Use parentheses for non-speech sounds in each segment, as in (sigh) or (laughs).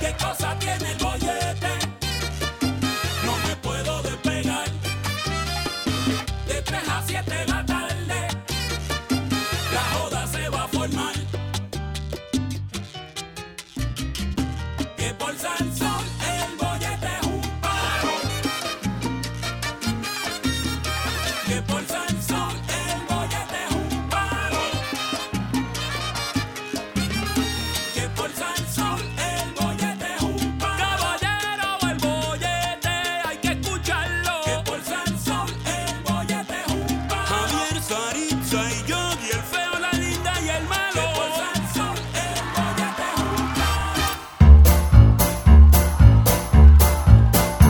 ¿Qué cosa tiene el bollete? No me puedo despegar. De 3 a 7 de la tarde, la joda se va a formar. Que por San Sol el bollete es un paro. Que por San Sol el bollete es un paro. Que por San Sol el bollete es un palo. Caballero, el bollete hay que escucharlo. Que por San Sol el bollete es un palo. Javier, Saritza y yo, y el feo, la linda y el malo. Que por San Sol el bollete es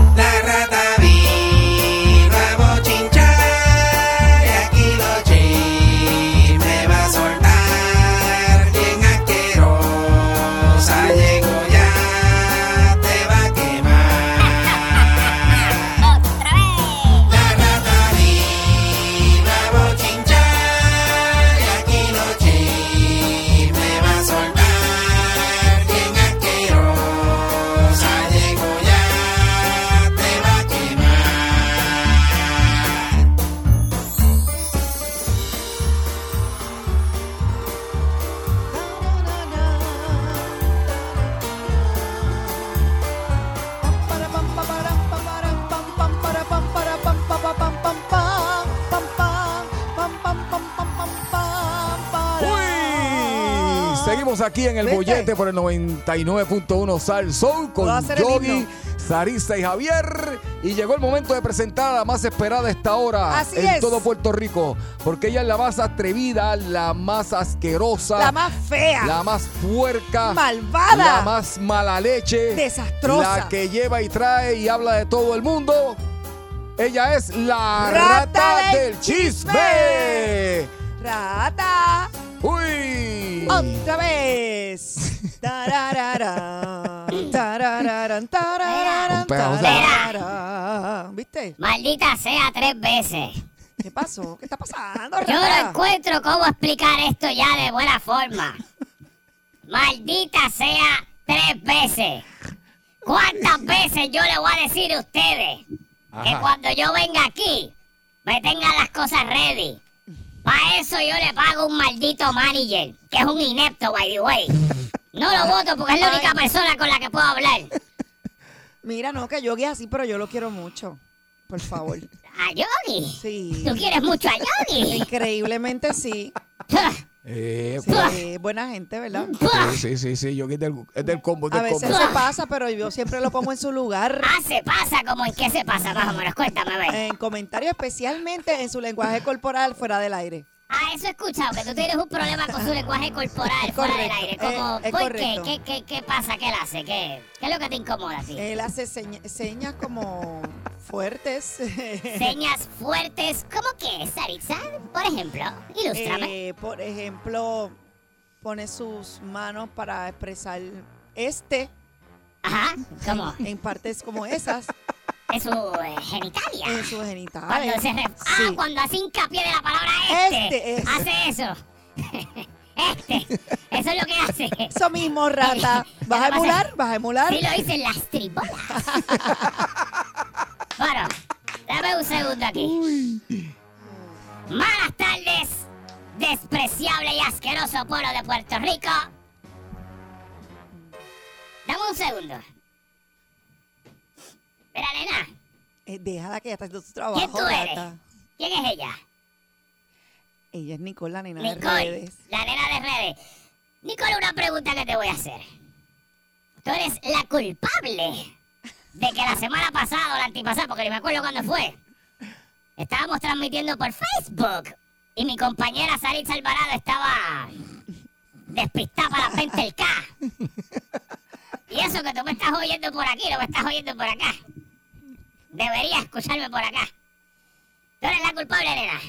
un La rata viva bochinchar y aquí los chismes va a soltar. Bien asquerosa llegó ya, te va a quemar. La rata viva bochinchar y aquí los chismes va a soltar. Bien asquerosa llegó ya, te va a quemar. Uy, Seguimos aquí en el Ah. ¿Viste? bollete por el 99.1 Sal Soul con Puedo hacer el Yogi, himno. Sarisa y Javier. Y llegó el momento de presentar a la más esperada a esta hora Así en es. todo Puerto Rico. Porque ella es la más atrevida, la más asquerosa, La más fea. la más puerca, Malvada. la más mala leche, Desastrosa. la que lleva y trae y habla de todo el mundo. Ella es la Rata rata del del chisme. Rata. ¡Uy! Otra vez. Tarararán, tarararán, tarararán, Un pedazo. tarararán. ¿Viste? Maldita sea tres veces. ¿Qué pasó? ¿Qué está pasando, Yo no rata? encuentro cómo explicar esto ya de buena forma. Maldita sea tres veces. ¿Cuántas veces yo le voy a decir a ustedes que Ah. Ajá. cuando yo venga aquí me tengan las cosas ready? Para eso yo le pago a un maldito manager, que es un inepto, by the way. No lo voto porque es la única persona con la que puedo hablar. Mira, no, que Yogi es así, pero yo lo quiero mucho. Por favor. A Yogi. Sí. Tú quieres mucho a Yogi. Increíblemente sí. Eh, Sí, buena gente, ¿verdad? Sí, sí, sí, sí, yo que es del, este es del combo, es A del veces combo. se pasa, pero yo siempre lo pongo en su lugar. Ah, se pasa, como en qué se pasa, más o menos. Cuéntame, a ver. En comentarios, especialmente en su lenguaje corporal fuera del aire. Ah, eso he escuchado, que tú tienes un problema con su lenguaje corporal fuera del correcto, aire. Como, eh, es ¿Por qué? correcto. ¿Qué, qué, qué pasa? ¿Qué él hace? ¿Qué, qué es lo que te incomoda a ti? Él hace seña- señas como fuertes. Señas fuertes, ¿cómo que, Saritza? Por ejemplo, ilústrame. Eh, por ejemplo, pone sus manos para expresar este Ajá, ¿cómo? (laughs) en partes como esas, Es su eh, genitalia. en sus Cuando genitales. se re- Ah, eh, Sí. cuando hace hincapié de la palabra este. Este, este. Hace eso. (laughs) este. Eso es lo que hace. Eso (laughs) mismo, rata. ¿Vas a emular? ¿Vas a emular? Sí lo hice en las (laughs) tribolas. bueno, dame un segundo aquí. Malas tardes, despreciable y asqueroso pueblo de Puerto Rico. Dame un segundo. Mira, nena, Eh, déjala que ya está haciendo su ¿quién trabajo, tú eres? rata. ¿Quién es ella? Ella es Nicola, nena de Nicole, redes. la nena de redes. Nicole, una pregunta que te voy a hacer. Tú eres la culpable de que la semana pasada o la antipasada, porque ni me acuerdo cuándo fue, estábamos transmitiendo por Facebook y mi compañera Saritza Alvarado estaba despistada para la frente del K. Y eso que tú me estás oyendo por aquí, no me estás oyendo por acá. Deberías escucharme por acá. Tú eres la culpable, nena.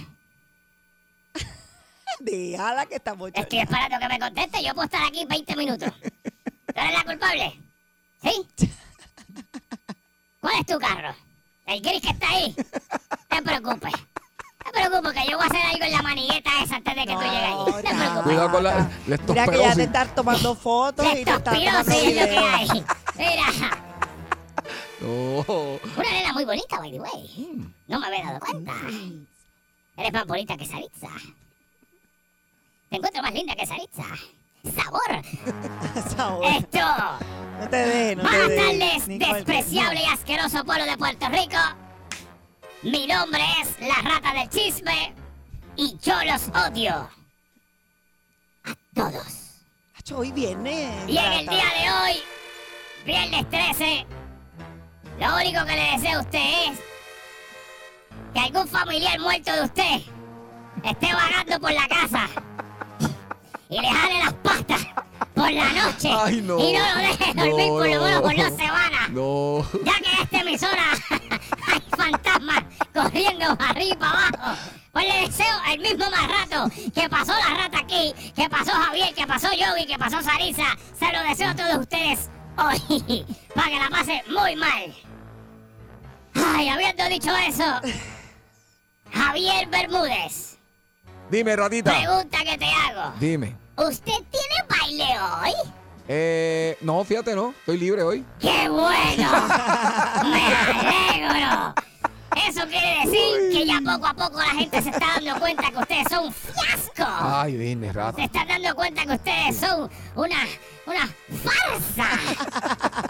(laughs) Déjala que está mucho. Estoy esperando que me conteste. Yo puedo estar aquí 20 minutos. ¿Tú eres la culpable? ¿Sí? (laughs) ¿Cuál es tu carro? El gris que está ahí. No te preocupes. No te preocupes, que yo voy a hacer algo en la manigueta esa antes de que tú llegues allí. No te preocupes. Cuidado con la- Tata. la Mira que ya estoperosis. te estás tomando fotos y te estás tomando Leptospirosis es lo que videos. hay. Mira, No. una nena muy bonita, by the way. No me había dado cuenta. Eres más bonita que Saritza. Te encuentro más linda que Saritza. Sabor. Ah. (laughs) Sabor. Esto. No te dejes, no te Buenas dejes. tardes, Nicole. despreciable y asqueroso pueblo de Puerto Rico. Mi nombre es la rata del chisme y yo los odio a todos. Acho, hoy viene. Y en el día de hoy, viernes 13, lo único que le deseo a usted es que algún familiar muerto de usted esté vagando por la casa y le jale las pastas por la noche Ay, no. y no lo deje dormir No, por lo menos por no. dos semanas. No. Ya que en esta emisora (laughs) hay fantasmas corriendo para arriba y para abajo. Pues le deseo el mismo mal rato que pasó la rata aquí, que pasó Javier, que pasó Yogi, que pasó Sarisa. Se lo deseo a todos ustedes hoy, (laughs) para que la pase muy mal. Ay, habiendo dicho eso, Javier Bermúdez, Dime, ratita. pregunta que te hago. Dime. ¿Usted tiene baile hoy? Eh, no, fíjate, no. Estoy libre hoy. ¡Qué bueno! ¡Me alegro! Eso quiere decir que ya poco a poco la gente se está dando cuenta que ustedes son un Ah. fiasco. Ay, dime, Se rata. están dando cuenta que ustedes son una, una farsa.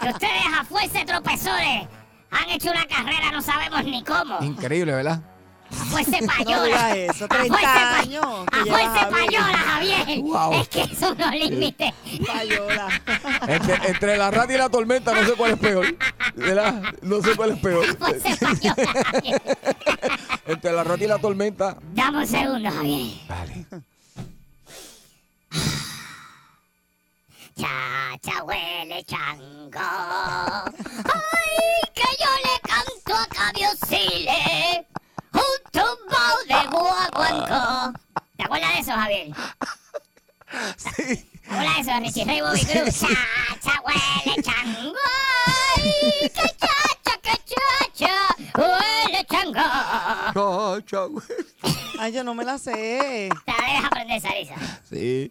Que ustedes a fuerza de tropezones han hecho una carrera, no sabemos ni cómo. Increíble, ¿verdad? A fuerza de payola. (laughs) No digas eso, A fuerza de 30 pa- años que A lleva fuerza de Javier. payola, Javier. Wow. Es que son los límites. Payola. Entre, entre la rata y la tormenta, no sé cuál es peor. ¿Verdad? No sé cuál es peor. A fuerza de pues. payola, Javier. Entre la rata y la tormenta. Dame un segundo, Javier. Vale. Chacha huele chango. Ay, que yo le canto a Cabiosile. Un tumbao de guaguancó. ¿Te acuerdas de eso, Javier? Sí. ¿Te acuerdas de eso, Richie Ray Bobby Cruz? Chacha huele chango. Ay, que chacha, que chacha huele chango. No, chao. Ay, yo no me la sé. Te la debes aprender, Sarisa. Sí.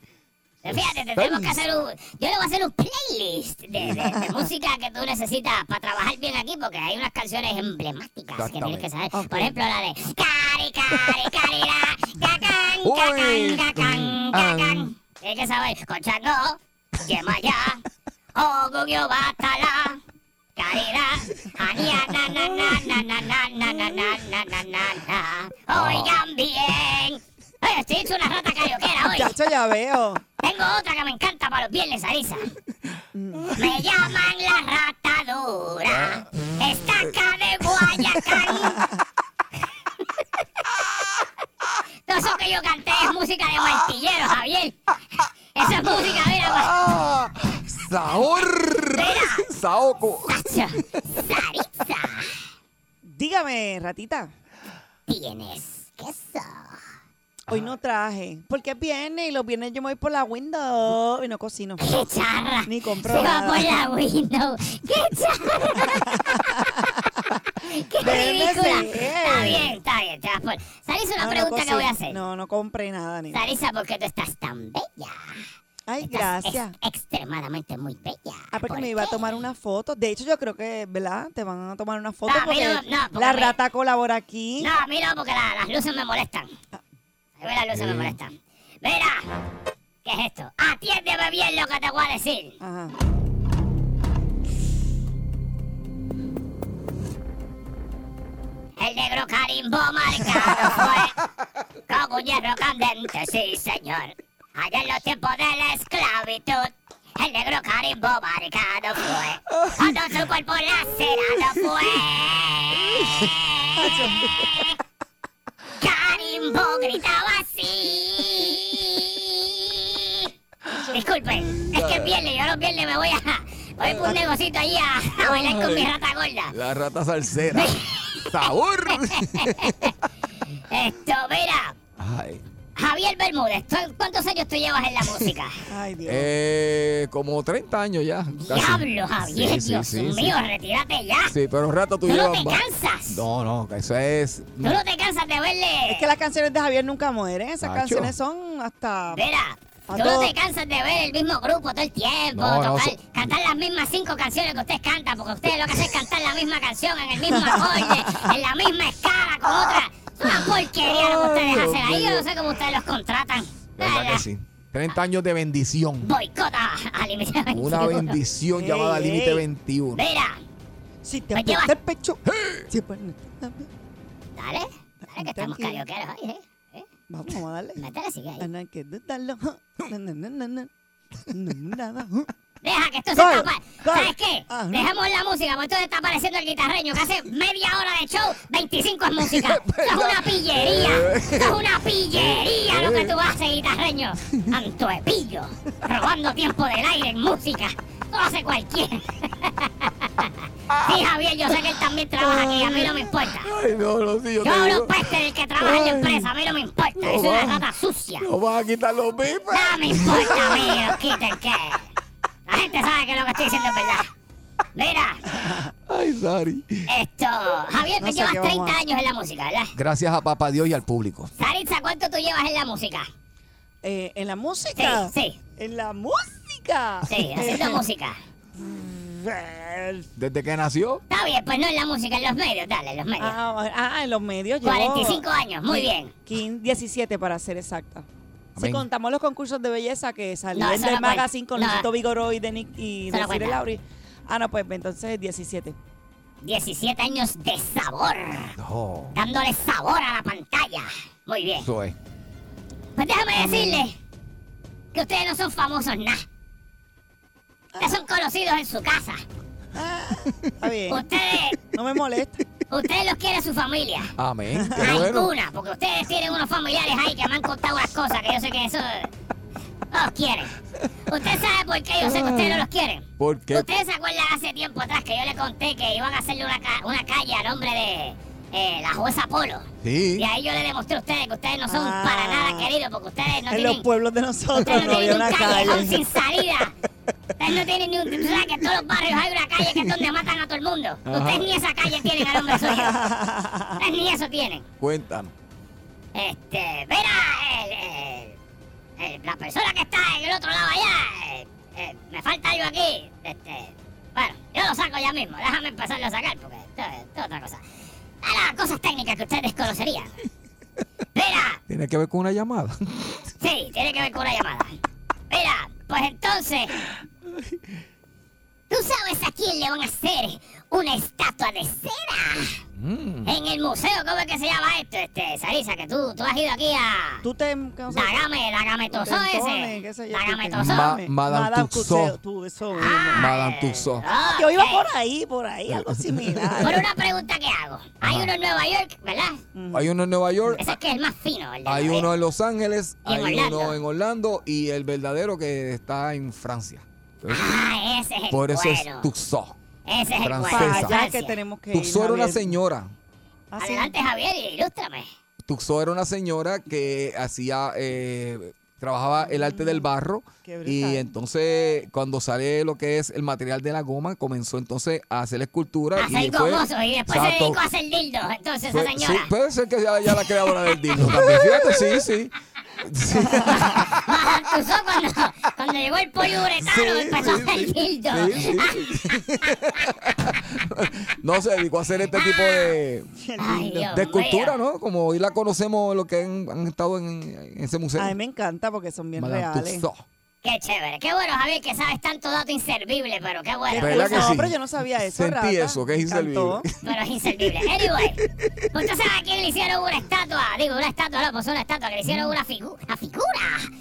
Fíjate, tenemos que hacer un. Yo le voy a hacer un playlist de, de- de música que tú necesitas para trabajar bien aquí, porque hay unas canciones Pues emblemáticas que tienes que saber. Por ejemplo, la de. Cari, cari, carirá, cacán, Uy. cacán, cacán, cacán. Tienes que saber. Conchango, Yemaya, Obugio, Batala. Carirá, anía, Ah, na, na, na, na, na, na, na, na, na, na, na, na, na. Oigan bien. Oye, estoy hecho una rata carioquera hoy. Chacho, ya veo. Tengo otra que me encanta para los viernes, Arisa. Me llaman la ratadura, estaca de Guayacán. Todo eso que yo canté es música de martillero, Javier. Esa es música, mira, pues. ¡Ah! ¡Saor! ¡Saoco! macho. Sarisa, Dígame, ratita. tienes queso. Hoy no traje. Porque es viernes y los viernes yo me voy por la window y no cocino. (laughs) ¡Qué charra! Ni compró Se va nada. por la window. ¡Qué charra! (laughs) ¡Qué Déjeme ridícula! ser. Está bien, está bien. Te vas por... Sarisa, una No, no pregunta que cocino. voy a hacer. No, no compré nada ni nada. Sarisa, ¿por qué tú estás tan bella? Ay, Estás gracias. ex- extremadamente muy bella. Ah, porque ¿Por me iba a qué? tomar una foto. De hecho, yo creo que, ¿verdad? Te van a tomar una foto No, a mí porque, no, no, porque la me- rata colabora aquí. No, a mí no, porque la- las luces me molestan. Ah. A mí las luces me molestan. Mira, ¿qué es esto? Atiéndeme bien lo que te voy a decir. Ajá. El negro carimbo marcado fue con un hierro candente, sí señor. Allá en los tiempos de la esclavitud, el negro carimbo marcado fue. Cuando su cuerpo lacerado fue. Carimbo gritaba así. Disculpen, es que es viernes, yo los viernes me voy a... Voy por un negocito allí a, a bailar con mi rata gorda. La rata salsera. (laughs) ¡Saor! Esto, mira, Ay. Javier Bermúdez, ¿tú- ¿cuántos años tú llevas en la música? (laughs) Ay, Dios. Eh, como 30 años ya. casi. Diablo, Javier, Sí, sí, Dios sí, sí. mío, retírate ya. Sí, pero un rato tú Tú no llevas te más. cansas. No, no, eso es. Tú no te cansas de verle. Es que las canciones de Javier nunca mueren. Esas Nacho. canciones son hasta. Mira, A tú no todo- te cansas de ver el mismo grupo todo el tiempo, No, no, tocar- so- cantar las mismas cinco canciones que ustedes cantan, porque ustedes lo que hacen es cantar la misma canción en el mismo (laughs) acorde, en la misma escala, con otra. Es una porquería lo que Ay, ustedes Dios hacen ahí. Yo no mío. sé cómo ustedes los contratan. ¿Verdad que sí? 30 años de bendición. Boicota a Límite 21. Una bendición Ey, llamada ey. Límite 21. Mira, Si te Me lleva- aprieta el pecho. si pone- dale, dale que estamos Tranquilo. carioqueros hoy, ¿eh? ¿Eh? Vamos, vamos a darle. Métele, sigue ahí. Ah, no hay que dudarlo. Na, na, na, na, na. Na, na, na, na. Deja que esto se Dale, tapa. dale. ¿Sabes qué? Ah, no. Dejemos la música, porque esto está apareciendo el guitarreño que hace media hora de show, 25 es música. (laughs) Pues Esto es una pillería. Esto es una pillería lo que (laughs) tú haces, guitarreño. Antoepillo, robando tiempo del aire en música. Lo hace cualquiera. (laughs) Sí, Javier, yo sé que él también trabaja aquí, a mí no me importa. Ay, no, no, sí, yo Yo te hablo digo. peste del que trabaja en la Ay. empresa, a mí no me importa. No, Yo soy una va. rata sucia. No vas a quitar los bifes. No me importa, mío, quiten que. La gente sabe que lo que estoy diciendo es verdad. Mira, Ay, Sari. esto. Javier, No tú sé llevas qué vamos a 30 hacer. años en la música, ¿verdad? Gracias a papá Dios y al público. Saritza, ¿cuánto tú llevas en la música? Eh, en la música. Sí, sí. En la música. Sí, (laughs) haciendo (laughs) música. Desde que nació. Está bien, pues no en la música, en los medios, dale, en los medios. Ah, ah, en los medios llevo 45 años, muy bien. 15, 17 para ser exacta. Si Amén. contamos los concursos de belleza que salieron No, eso del no cuenta. magazine con No. Luisito Vigoró y, Denis y Eso no Desiree cuenta. Lauri. Ah, no, pues entonces 17. 17 años de sabor, No, dándole sabor a la pantalla. Muy bien. eso es. Pues déjame decirle que ustedes no son famosos nada. Ustedes son conocidos en su casa. Está bien. Ustedes No me molesta. Ustedes los quiere su familia. Amén. Qué bueno. Alguna, porque ustedes tienen unos familiares ahí que me han contado unas cosas que yo sé que eso eh, no los quieren. Usted sabe por qué yo sé que ustedes no los quieren. ¿Por qué? Ustedes se acuerdan hace tiempo atrás que yo le conté que iban a hacerle una, ca- una calle a nombre de eh, la jueza Polo. Sí. Y ahí yo le demostré a ustedes que ustedes no son Ah. para nada queridos porque ustedes no En los tienen... pueblos de nosotros Ustedes no no había tienen una un callejón calle. sin salida. Ustedes no tienen ni un... Tú sabes que en todos los barrios hay una calle que es donde matan a todo el mundo. Ustedes ni esa calle tienen a nombre suyo. Ustedes ni eso tienen. Cuéntanos. Este, mira, el- el- el- la persona que está en el otro lado allá, eh, eh, me falta algo aquí. Este, bueno, yo lo saco ya mismo, déjame empezarlo a sacar porque esto es esto es otra cosa. Ahora, cosas técnicas que ustedes desconocerían. Mira, Tiene que ver con una llamada. sí, tiene que ver con una llamada. Mira, pues entonces, ¿tú sabes a quién le van a hacer una estatua de cera? Mm. En el museo, ¿cómo es que se llama esto? Este, Sarisa, que tú, tú has ido aquí a... Tú te... ¿cómo se- Dagame, dagame toso Tentones, qué ese. sé yo, Dagame qué- toso. Ma- Madame Tussauds. Tú, eso Ah. mismo. Madame Tussauds. Ah, Yo iba ok. por ahí, por ahí, algo Por similar. una pregunta que hago. Hay uno en Nueva York, ¿verdad? Hay uno en Nueva York, Ese es que es el más fino, ¿verdad? hay uno en Los Ángeles, Y en hay Orlando. uno en Orlando y el verdadero que está en Francia. Ah, ese es el Por eso bueno. es Tuxo. Ese es el bueno. francesa. Para allá Francia. que tenemos que ir, Tuxo era una Javier. señora. Ah, sí. Adelante, Javier, y ilústrame. Tuxo era una señora que hacía, eh, trabajaba el arte del barro Mm, Qué brutal. y entonces cuando sale lo que es el material de la goma comenzó entonces a hacer la escultura y Hacer fue- gomoso y después se Exacto. dedicó a hacer dildos. Entonces, Fue- esa sí, señora. puede ser que sea ya la creadora del dildo también. Fíjate, sí, sí. Sí. Madame Tussauds, cuando, cuando llegó el pollo uretano, Sí, empezó sí, a hacer sí. dildos. Sí, (laughs) sí. no se dedicó a hacer este tipo de, (laughs) Qué Ay, lindo. Dios de mío. escultura, ¿no? Como hoy la conocemos, lo que han, han estado en, en ese museo. A mí me encanta porque son bien Madame reales. Tussauds. Qué chévere. Qué bueno, Javier, que sabes tanto dato inservible, pero qué bueno. Qué ¿Verdad cool. que no, sí? pero yo no sabía eso. Sentí rata. eso, que es Me encantó. inservible. Pero es inservible. Anyway, ¿usted sabe a quién le hicieron una estatua? Digo, una estatua, no, pues una estatua, que le hicieron una, figu- una figura.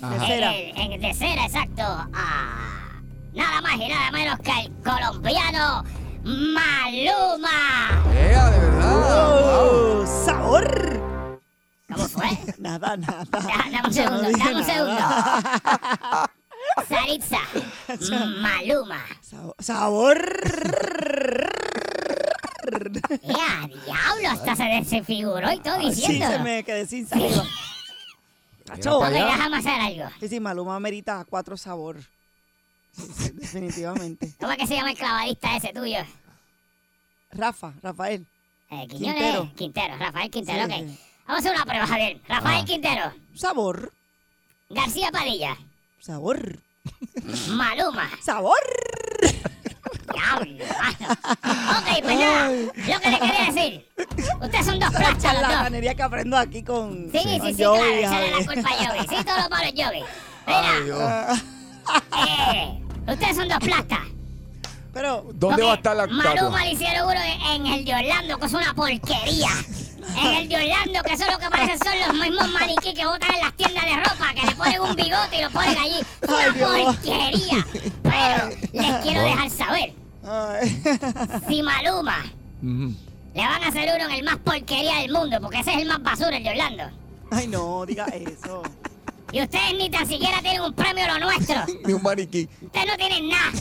Ajá. En Cera. el- en- de cera, exacto. a nada más y nada menos que el colombiano Maluma. Ea, de verdad. ¡Oh! ¡Sabor! ¿Cómo fue? (laughs) Nada, nada. Da- Dame un segundo, dije dame un segundo. (laughs) Saritza, Maluma. Sabo- ¡Sabor! ¡Ya, diablo! Hasta se desfiguró y todo Sí, diciendo. se me quedé sin saliva. Tacho. Tú me irás a amasar algo. Sí, sí, Maluma merita cuatro sabor. (laughs) Definitivamente. ¿Cómo es que se llama el clavadista ese tuyo? Rafa, Rafael. Eh, Quiñones, Quintero. Quintero. Rafael Quintero, Sí, ok. sí. Vamos a hacer una prueba, Javier. Rafael Quintero, Sabor. García Padilla, Sabor. Maluma. Sabor. Diablo, mano. Ok, pues nada, lo que le quería decir. Ustedes son dos La planchas los dos. charlatanería que aprendo aquí con. Sí, sí, sí, con sí, Joey, claro, echarle la Javier. culpa a (laughs) Yogi. Sí, todo lo malo es Yogi. Ay, Mira, Dios. eh, ustedes son dos plastas. Pero, ¿Dónde Ok, va a estar la estatua? Maluma le hicieron uno en, en el de Orlando, que es una porquería. En el de Orlando, que eso lo que parecen son los mismos maniquí que botan en las tiendas de ropa, que le ponen un bigote y lo ponen allí. Es Una Ay, Dios. porquería. Pero les quiero dejar saber, ay, si Maluma Mm. le van a hacer uno en el más porquería del mundo, porque ese es el más basura, el de Orlando. ay, no, diga eso. Y ustedes ni tan siquiera tienen un premio lo nuestro. (laughs) Ni un maniquí. (laughs) Ustedes no tienen nada.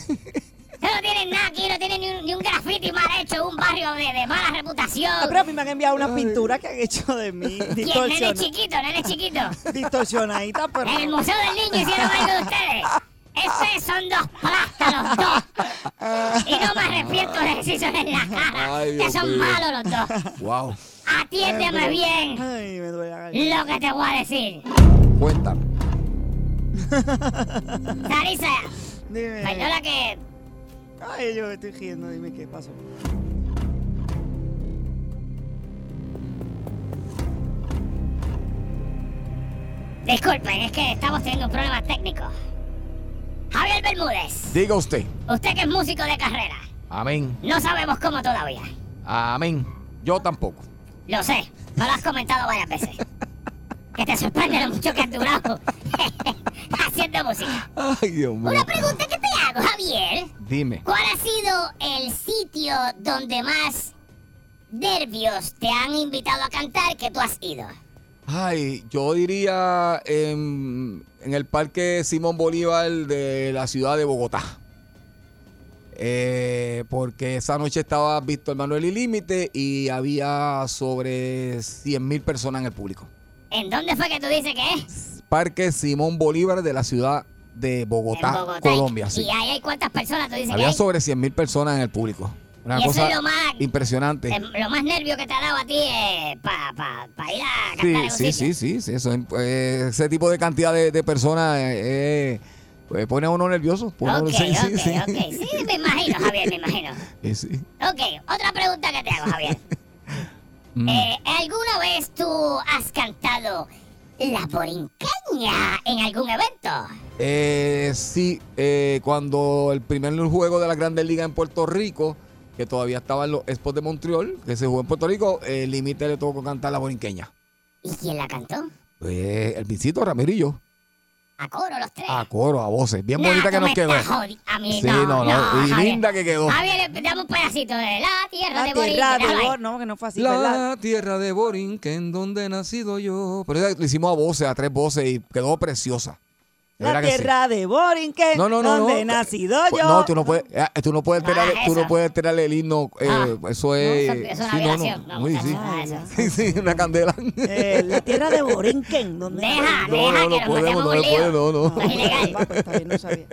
Ustedes no tienen nada aquí, no tienen ni un, ni un graffiti mal hecho, un barrio de, de mala Ah, Pero a reputación. mí me han enviado unas pinturas que han hecho de mí. Y el nene Distorsiona, chiquito, nene chiquito. distorsionadita, pero. En el Museo del Niño hicieron algo de ustedes. Ustedes son dos plastas los dos. Y no me arrepiento de decisiones en la cara. Ay, Ustedes Dios Ah, son mío. malos los dos. (laughs) Wow. Atiéndeme bien Ay, me duele la garganta. lo que te voy a decir. Cuéntame. Sarisa, Dime. perdona que Ay, yo me estoy riendo, dime qué pasó. Disculpen, es que estamos teniendo un problema técnico. Javier Bermúdez, Diga usted. usted que es músico de carrera, Amén. no sabemos cómo todavía. Amén. Yo tampoco. Lo sé, me lo has comentado varias veces. Que te sorprende lo mucho que has durado (laughs) haciendo música. Ay, Dios mío. Una pregunta que te hago, Javier. Dime. ¿Cuál ha sido el sitio donde más nervios te han invitado a cantar que tú has ido? Ay, yo diría em, en el Parque Simón Bolívar de la ciudad de Bogotá. Eh, porque esa noche estaba Víctor Manuel y Límite y había sobre 100 mil personas en el público. ¿En dónde fue que tú dices que es? Parque Simón Bolívar de la ciudad de Bogotá, en Bogotá. Colombia. ¿Y- Sí. ¿Y ahí hay cuántas personas tú dices que Había hay? sobre 100 mil personas en el público. Una Y eso es cosa lo más- impresionante. Eh, lo más nervio que te ha dado a ti es para pa, pa ir a cantar en Sí, sí, un sí, sitio. sí, sí, eso, eh, ese tipo de cantidad de, de personas eh, eh, pues, pone a uno nervioso. (laughs) pone a uno- Ok, sí, sí, ok, sí. ok. Sí, me imagino, Javier, me imagino. (laughs) Eh, sí. Ok, otra pregunta que te hago, Javier. Mm. Eh, ¿Alguna vez tú has cantado La Borinqueña en algún evento? Eh, sí, eh, cuando el primer juego de la Grandes Ligas en Puerto Rico, que todavía estaban los Expos de Montreal, que se jugó en Puerto Rico, eh, Límite le tocó cantar la borinqueña. ¿Y quién la cantó? Eh, el visito Ramirillo, A coro los tres. a coro, a voces, bien bonita que nos quedó. A mí, Sí, no, no, y Javier. linda que quedó. Javier, eh, dame un pedacito de La Tierra La de Borinquen. tierra déjalo de ahí. Bor, no, que no fue así, ¿verdad? tierra de Borinquen, donde he nacido yo. Pero esa le hicimos a voces, a tres voces y quedó preciosa. De La verdad que sí. tierra de Borinquen, No, no, no. donde no. he nacido Pues, yo. No, tú no puedes, eh, tú no puedes, No alterar, hagas tú no eso. puedes alterar el himno. eh, Ah. eso No, es. eso es una sí, no, no. violación. No, Uy, muchacho, sí. nada de eso. (laughs) sí, sí, una candela. Eh, la tierra de Borinquen, donde he Deja, nacido deja no, no que nos podemos, metemos no en puede, lío. no, no. yo. Es ilegal. Ah, pues, está bien, no sabía.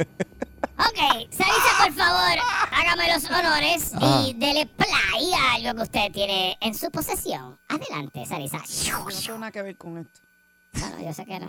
Ok, Sarita, por favor, hágame los honores Ah. y dele play a algo que usted tiene en su posesión. Adelante, Sarisa. No tengo nada que ver con esto. No, no, yo sé que no.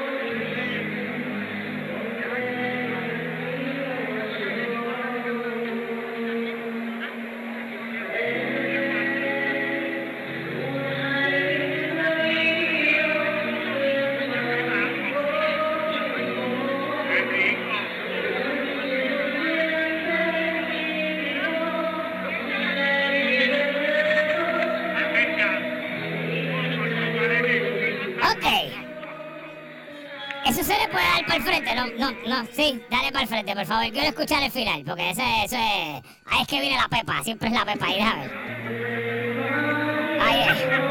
Ok. Eso se le puede dar para el frente, no, no, no, sí, dale para el frente, por favor. Quiero escuchar el final, porque ese, eso es. Ahí es que viene la pepa, siempre es la pepa, ahí déjame. Ahí es. Yeah.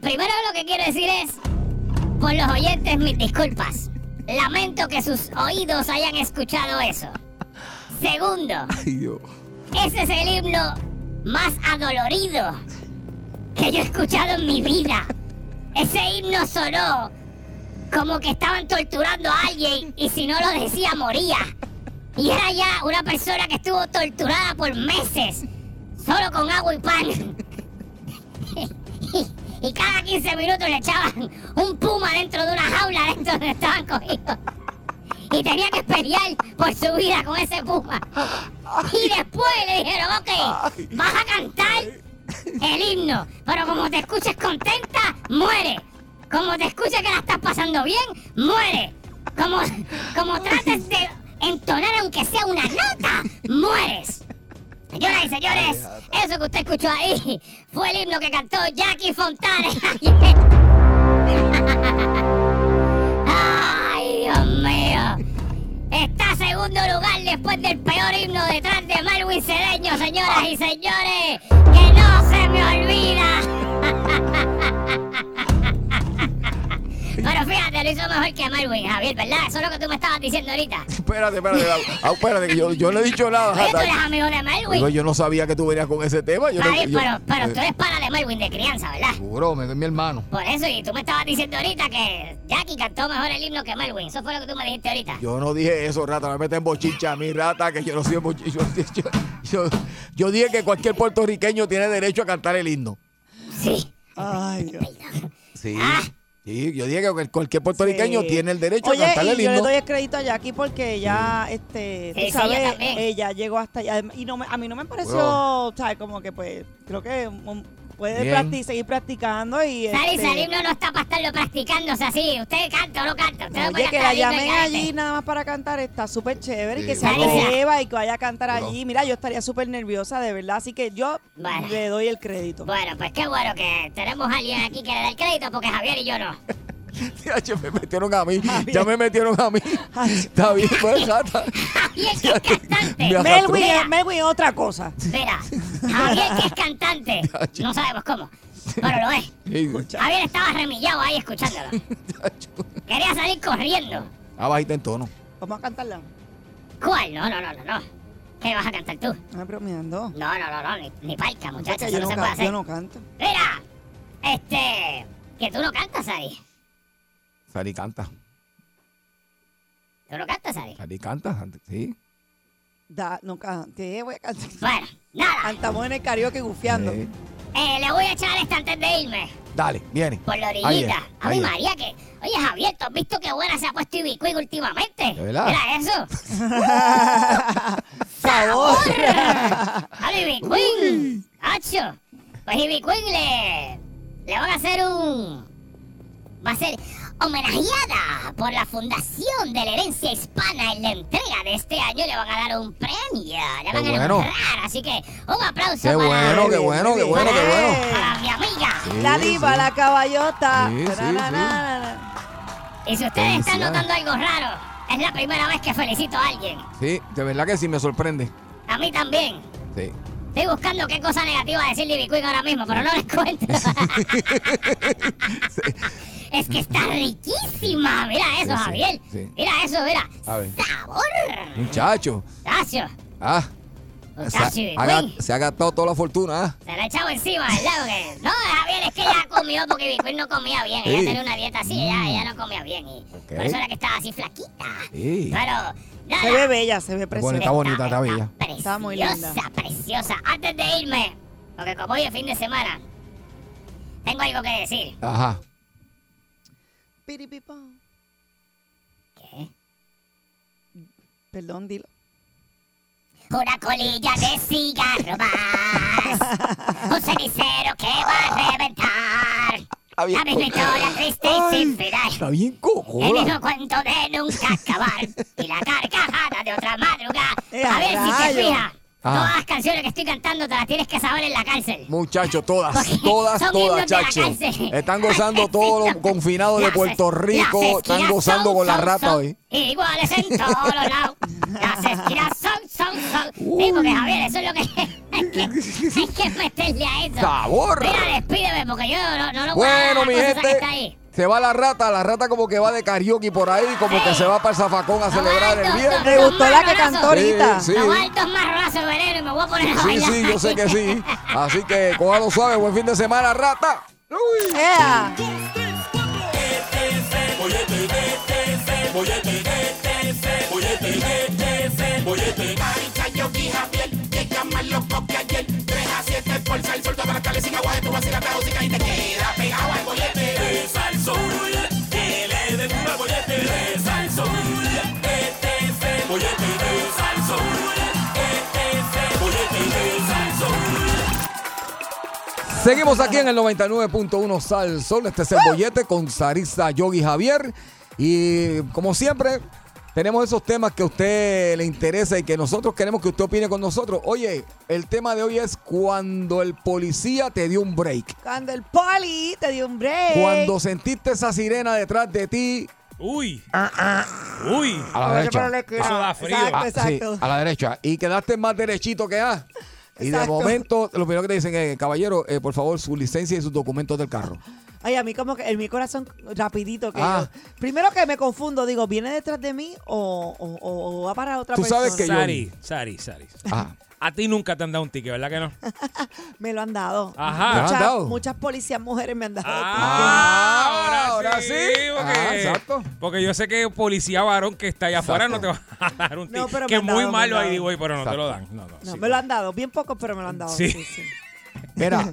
primero lo que quiero decir es, por los oyentes, mis disculpas. Lamento que sus oídos hayan escuchado eso. Segundo, (laughs) Ay, Dios. ese es el himno más adolorido que yo he escuchado en mi vida. Ese himno sonó como que estaban torturando a alguien y si no lo decía moría. Y era ya una persona que estuvo torturada por meses, solo con agua y pan. Y cada 15 minutos le echaban un puma dentro de una jaula dentro donde estaban cogidos. Y tenía que pelear por su vida con ese puma. Y después le dijeron, ok, vas a cantar el himno, pero como te escuches contenta, muere. Como te escuches que la estás pasando bien, muere. Como, como trates de entonar aunque sea una nota, mueres. Señoras y señores, eso que usted escuchó ahí fue el himno que cantó Jackie Fontanes. (laughs) ¡Ay, Dios mío! Está segundo lugar después del peor himno detrás de Marwin Cedeño, señoras y señores. ¡Que no se me olvida! Pero fíjate, lo hizo mejor que Marwin, Javier, ¿verdad? Eso es lo que tú me estabas diciendo ahorita. Espérate, espérate, ah, espérate, que yo, yo no he dicho nada. Oye, tú Jata. eres amigo de Marwin. Digo, yo no sabía que tú venías con ese tema. Yo no- Javier, yo- pero, pero tú eh, eres para de Marwin de crianza, ¿verdad? Seguro, me- es mi hermano. Por eso, y tú me estabas diciendo ahorita que Jackie cantó mejor el himno que Melwin. Eso fue lo que tú me dijiste ahorita. Yo no dije eso, rata. No me meten bochicha a mí, rata, que yo no soy bochicha. (laughs) Yo, yo- yo- yo dije que cualquier puertorriqueño tiene derecho a cantar el himno. Sí. Ay, Dios. Sí. Ah. Sí, yo dije que cualquier puertorriqueño Sí. tiene el derecho Oye, a cantar el y yo himno. (laughs) le doy el crédito a Jackie porque ella, este, Sí, sí, tú sabes, yo también. ella llegó hasta allá. Y no me- a mí no me pareció, Bueno. ¿sabes? Como que, pues, creo que um, puede Bien. practi- seguir practicando y. Sari, este, el himno no está para estarlo practicándose así. Usted canta o no canta. Usted no puede Oye, que la cantar el himno llamen y cállate. allí nada más para cantar está súper chévere y Sí, que se Marisa. atreva y que vaya a cantar Bro. allí. Mira, yo estaría súper nerviosa, de verdad, así que yo Bueno. le doy el crédito. Bueno, pues qué bueno que tenemos a alguien aquí que le da el crédito porque Javier y yo (laughs) no. Ya me metieron a mí. Ya me metieron a mí. Está bien, pues, rata. Javier que es cantante. Me arrastró. Melwin, Mira. eh, Melwin, otra cosa. Mira, Javier que es (laughs) cantante. No sabemos cómo, pero lo es. Sí, Javier estaba remillado ahí (laughs) escuchándolo. Quería salir corriendo. Ah, bajita en tono. Vamos a cantarla. ¿Cuál? No, no, no, no, no. ¿Qué vas a cantar tú? No bromeando. No, no, no, no, ni, ni palca, muchachos, Que eso yo, no no se can- puede hacer. yo no canto. Mira, este, que tú no cantas, Sari. Sari canta. Tú no cantas, Sari. Sari canta. Sí. Da, no cante, voy a cantar. Bueno, nada, Cantamos en el karaoke gufiando. Sí. eh, le voy a echar esta antes de irme, Dale, viene. por la Ahí es, orillita. A mi ahí es. María, que, oye, Javier, ¿tú has visto qué buena se ha puesto Ibicuig últimamente? ¿De verdad? Mira eso. (laughs) ¡Sabor! A Ibicuig, ¡Acho! Pues Ibicuig le, le van a hacer un... Va a ser homenajeada por la Fundación de la Herencia Hispana en la entrega de este año. Le van a dar un premio, le van Qué a bueno. honrar. Así que un aplauso Qué para... bueno, qué bien, bueno, qué bien. bueno, qué bueno. para mi amiga. La Sí, diva, sí. la caballota. Sí, sí, Na, na, sí. na, na. Y si ustedes están Felicidades. notando algo raro, es la primera vez que felicito a alguien. Sí, de verdad que sí, me sorprende. A mí también. (laughs) Sí. Estoy buscando qué cosa negativa decirle Bicuic ahora mismo, pero no les cuento. (laughs) es que está riquísima. Mira Sí, sí, eso, Javier. sí. Mira eso, mira. A ver. ¡Sabor! Muchacho. Tacio. Ah. Se ha, Muchacho, ha ga- Bicuic. se ha gastado toda la fortuna. ah. Se la ha echado encima, ¿verdad? Porque- no, Javier, es que ella comió porque Bicuic no comía bien. Sí. Ella Mm. tenía una dieta así, ella, ella no comía bien. Y Ok. Por eso era que estaba así flaquita. Sí. Pero, nada. Se ve bella, se ve bonita. preciosa. Está bonita, está bella. Preciosa, Está muy linda. preciosa. Antes de irme, porque como hoy es fin de semana, tengo algo que decir. Ajá. Piripipón. ¿Qué? Perdón, dilo. Una colilla de cigarro (laughs) más. Un cenicero que va a reventar. Está bien La misma historia triste y sin final. Está bien El cojola. mismo cuento de nunca acabar y la carcajada de otra madrugada. Eh, A a ver si te rayo. fijas. Ah. Todas las canciones que estoy cantando te las tienes que saber en la cárcel. Muchachos, todas, Porque (laughs) todas, son todas, himnos de la chacho. (laughs) cárcel. Están gozando todos los confinados de Las- Puerto Rico. las Están esquinas gozando son, con la son, rata son hoy. Iguales en todos lados. Las esquinas son, son, son. Sí, porque Javier, eso es lo que. (laughs) hay que, hay que meterle a eso. ¡Sabor! Mira, despídeme porque yo no, no lo voy a Bueno, dar mi la cosa esa que gente, está ahí. se va la rata, la rata como que va de karaoke por ahí, como que se va para el zafacón a celebrar el Me viernes. gustó la que cantó ahorita. Sí, Me voy a dar dos marronazos de veneno y me voy a poner a Sí, bailar. sí, yo sé (laughs) que sí. Así que cójalo suave, buen fin de semana, rata. Uy. ¡Ea! Seguimos aquí en el 99.1 Sal Sol. Este es el bollete con Sarisa Yogi Javier. Y como siempre, tenemos esos temas que a usted le interesa y que nosotros queremos que usted opine con nosotros. Oye, el tema de hoy es cuando el policía te dio un break. Cuando el poli te dio un break. Cuando sentiste esa sirena detrás de ti. Uy. Uy. A la Ah, Oye, derecha. pero le escribo. Eso da frío. Exacto, Ah, sí, exacto. a la derecha. Y quedaste más derechito que A. Y de Exacto. momento, lo primero que te dicen es, caballero, eh, por favor, su licencia y sus documentos del carro. Ay, a mí como que en mi corazón rapidito que Ah. yo- primero que me confundo, digo, ¿viene detrás de mí o, o- o- o va para otra Tú persona? sabes que yo- Sari, Sari, Sari. Ah. A ti nunca te han dado un ticket, ¿verdad que no? Me lo han dado. Ajá. ¿Te lo han Muchas, dado? muchas policías mujeres me han dado. Ah, Ah, ahora ahora sí. sí. Porque, Ah, exacto. porque yo sé que el policía varón que está allá afuera no te va a (laughs) dar un No, ticket. pero me que es han muy dado, me malo han ahí, dado. güey, pero no te lo dan. Exacto. No, no, No, sí. me lo han dado, bien pocos, pero me lo han dado. Sí. sí, sí. (laughs) Mira,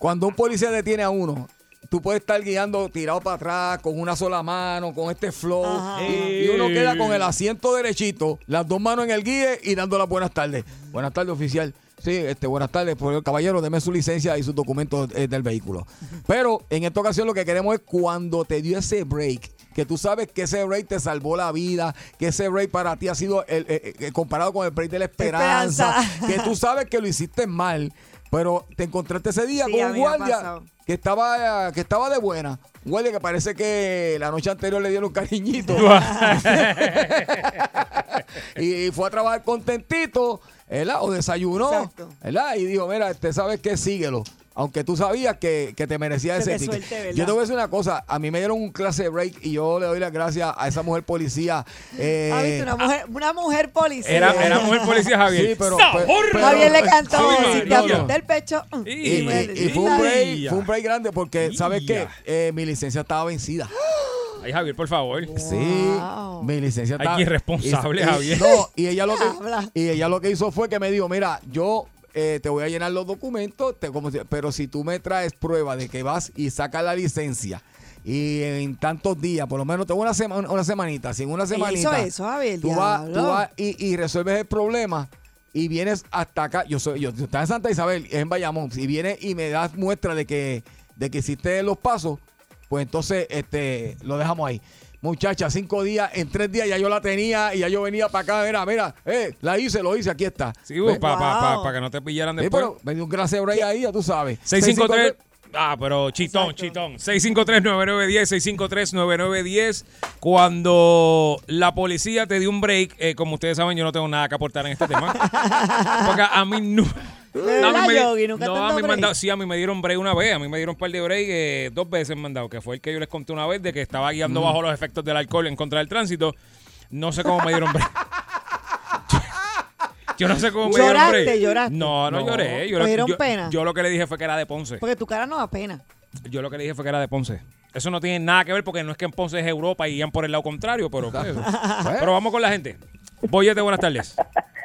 cuando un policía detiene a uno, tú puedes estar guiando tirado para atrás, con una sola mano, con este flow. Ajá. Y, y uno queda con el asiento derechito, las dos manos en el guía y dando las buenas tardes. Buenas tardes, oficial. Sí, este, buenas tardes, por el caballero, deme su licencia y sus documentos eh, del vehículo. Pero en esta ocasión lo que queremos es cuando te dio ese break, que tú sabes que ese break te salvó la vida, que ese break para ti ha sido el, eh, eh, comparado con el break de la esperanza, (laughs) Esperanza. que tú sabes que lo hiciste mal, pero te encontraste ese día Sí, con a un mí me ha guardia pasado. que estaba, que estaba de buena. Un guardia que parece que la noche anterior le dieron un cariñito. y fue a trabajar contentito, ¿verdad? O desayunó, Exacto. ¿verdad? Y dijo, mira, te sabes que síguelo. Aunque tú sabías que, que te merecía Que ese te ticket. suelte, ¿verdad? yo te voy a decir una cosa. A mí me dieron un clase break y yo le doy las gracias a esa mujer (laughs) policía. eh, Ah, ¿viste? Una mujer, una mujer policía. Era, era mujer policía Javier. Sí, pero- ¡Sabor! pero- Pues, pero- Javier le cantó, Sí, si te María. aprieta el pecho. mm, Y- y, y y- muere. y fue, un break, Ya. fue un break grande porque, ¿sabes qué? Ya. Eh, mi licencia estaba vencida. Ay, Javier, por favor. Sí, Wow. mi licencia Ay, está. qué irresponsable, y- y- Javier. (laughs) No, y ella lo (laughs) Habla. que, y ella lo que hizo fue que me dijo, mira, yo eh, te voy a llenar los documentos, te- como si- pero si tú me traes prueba de que vas y sacas la licencia y en tantos días, por lo menos tengo una semana, una semanita, sin una hizo semanita. eso, Javier, Tú vas, diablo. tú vas y, y resuelves el problema. Y vienes hasta acá. Yo soy, yo, yo estaba en Santa Isabel, es en Bayamón. Si vienes y me das muestra de que, de que hiciste los pasos, pues entonces este, lo dejamos ahí. Muchacha, cinco días, en tres días ya yo la tenía y ya yo venía para acá. Mira, mira, eh, la hice, lo hice, aquí está. Sí, para Wow. que no te pillaran Sí, después. pero me dio un clase break ahí, ya tú sabes. 653. Ah, pero chitón, Exacto. chitón. 653-9910, 653-9910. Cuando la policía te dio un break, eh, como ustedes saben, yo no tengo nada que aportar en este tema. Porque a mí no. verdad, a mí di- Yogi? ¿Nunca te no, han a dado mí me break? han dado- sí, a mí me dieron break una vez, a mí me dieron un par de break eh, dos veces me han dado, que fue el que yo les conté una vez de que estaba guiando bajo los efectos del alcohol en contra del tránsito. No sé cómo me dieron break. (laughs) Yo no sé cómo me dieron Lloraste, break. lloraste. No, no, lloré. Yo, ¿Te lo- dieron yo- pena? yo lo que le dije fue que era de Ponce. Porque tu cara no da pena. Yo lo que le dije fue que era de Ponce. Eso no tiene nada que ver porque no es que en Ponce es Europa y iban por el lado contrario, pero, pues, pero vamos con la gente. Boyete, buenas tardes.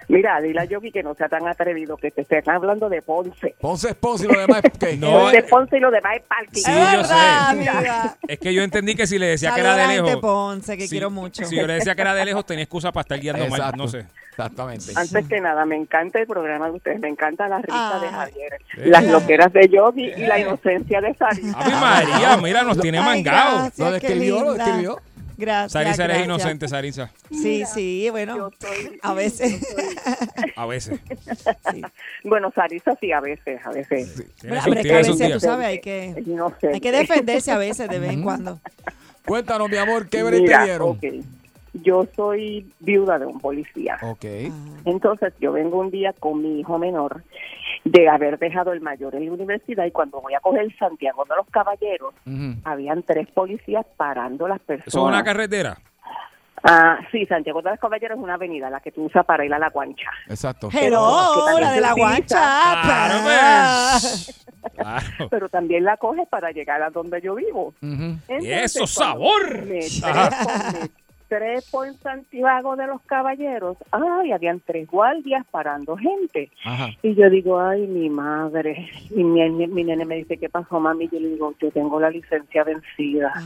Mira, dile a Yogi que no sea tan atrevido, que te estén hablando de Ponce. Ponce Ponce y lo demás es (laughs) que No, de eh. Ponce y lo demás es parking. Sí, es yo verdad, sé. (laughs) amiga. Es que yo entendí que si le decía que Saluda era a de la gente de lejos. Ponce, que quiero mucho. Si yo le decía que era de lejos, tenía excusa para estar guiando mal. Exacto, No sé. Exactamente. Antes que nada, me encanta el programa de ustedes, me encanta la risa Ah. de Javier, Eh. las loqueras de Yogi y la inocencia de Sarita. Ave María, mira, nos tiene Ay, mangado. gracias, Lo qué describió, lo linda. describió. Gracias. Sarisa, eres gracias. inocente, Sarisa. Sí, sí, bueno. Yo soy- A veces. A veces. Sí. Bueno, Sarisa sí, a veces, a veces. Tiene Bueno, sus- pero es que a tiene sus veces tú días. sabes, hay que, Es inocente. hay que defenderse a veces de vez en cuando. Cuéntanos, mi amor, ¿qué break Mira, te dieron? ok. Yo soy viuda de un policía. Ok. Entonces yo vengo un día con mi hijo menor de haber dejado el mayor en la universidad y cuando voy a coger Santiago de los Caballeros, Ujú. habían tres policías parando las personas. Eso es una carretera. Ah, sí, Santiago de los Caballeros es una avenida, la que tú usas para ir a la guancha. Exacto. que Hello, también la de se la utiliza. guancha. Claro, pa. pues. Claro. (laughs) Pero también la coges para llegar a donde yo vivo. Ujú. ¡Y Entonces, eso cuando sabor! (laughs) Me Ajá. trepo, me trepo en Santiago de los Caballeros. Ay, habían tres guardias parando gente. Ajá. Y yo digo, ay, mi madre. Y mi, mi, mi nene me dice, ¿qué pasó, mami? Yo le digo, yo tengo la licencia vencida. Ah.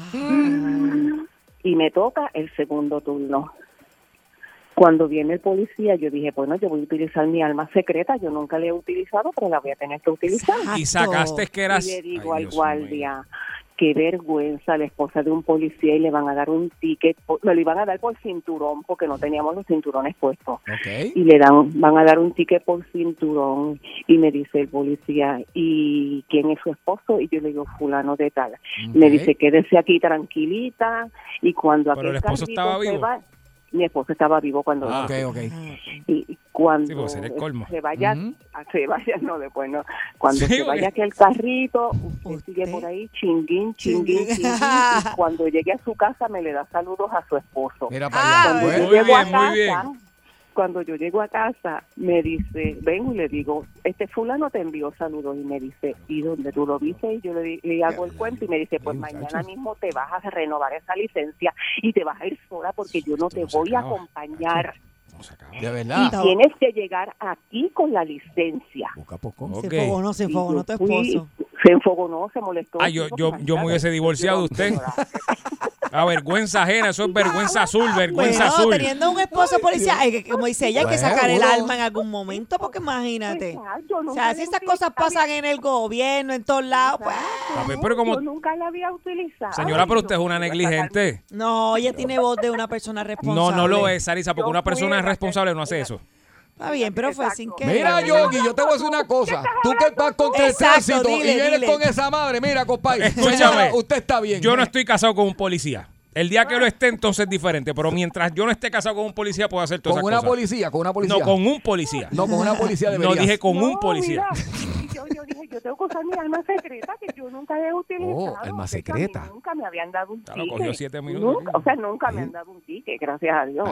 Y me toca el segundo turno. Cuando viene el policía, yo dije, bueno, yo voy a utilizar mi alma secreta. Yo nunca la he utilizado, pero la voy a tener que utilizar. Y Exacto. sacaste que eras. Y le digo Ay, al Dios mío. guardia, qué vergüenza la esposa de un policía y le van a dar un ticket, por- me lo iban a dar por cinturón porque no teníamos los cinturones puestos. Ok. Y le dan, van a dar un ticket por cinturón y me dice el policía, ¿y quién es su esposo? Y yo le digo, fulano de tal. Me Ok. dice, quédese aquí tranquilita y cuando Pero el aquel esposo carrito estaba se vivo. va- Ah, mi esposo estaba vivo cuando Ah, Ok, ok. y cuando Sí, pues, era el colmo. se vaya, Ujú. a- se vaya, no, después no. Cuando Sí, se vaya porque- aquel carrito, usted Usted. sigue por ahí, chinguín, Chinguín. chinguín, chinguín. y cuando llegue a su casa, me le da saludos a su esposo. Mira para Ah, allá. Cuando Pues, yo Muy llego a bien, muy casa, cuando yo llego a casa, me dice, vengo y le digo, este fulano te envió saludos y me dice, ¿y dónde tú lo viste? Y yo le, di- le hago el cuento y me dice, pues mañana mismo te vas a renovar esa licencia y te vas a ir sola porque yo no te Esto no se voy a acaba. acompañar. No se acaba. de Mm. Y verdad. Ah. tienes que llegar aquí con la licencia. Poco a poco. Ok. Se enfogonó, se Y enfogonó yo tu fui, esposo. Se enfogonó, se molestó. Ah, yo- yo- yo me hubiese divorciado de usted. (laughs) Ah, vergüenza ajena, eso es vergüenza azul, vergüenza Bueno, azul. teniendo un esposo policía, hay que- como dice ella, hay que Bueno, sacar el uno- alma en algún momento, porque imagínate. Exacto, O nunca sea, la si he esas cosas utilizado. pasan en el gobierno, en todos lados, pues... A ver, pero como. Yo nunca la había utilizado. Señora, pero usted es una negligente. No, ella tiene voz de una persona No, responsable. (laughs) no lo es, Sarisa, porque Yo una persona fui- responsable no hace eso. Está bien, pero fue sin querer. Mira, Yogi, yo te voy a decir una cosa. Tú que vas contra el Exacto, tránsito dile, y vienes dile. con esa madre, mira, compadre. Escúchame. señora, usted está bien. Yo no estoy casado con un policía. El día Ah. que lo esté, entonces es diferente. Pero mientras yo no esté casado con un policía, puedo hacer todas Con una esas cosas. policía, con una policía. No, con un policía. No, con una policía de No dije con un No, policía. mira, y Yo, yo dije, yo tengo que usar mi alma secreta que yo nunca he utilizado. (laughs) Oh, alma De hecho, a secreta. mí Nunca me habían dado un Ya lo ticket. cogió siete minutos. Nunca, o sea, nunca me han dado un ticket, gracias a Dios.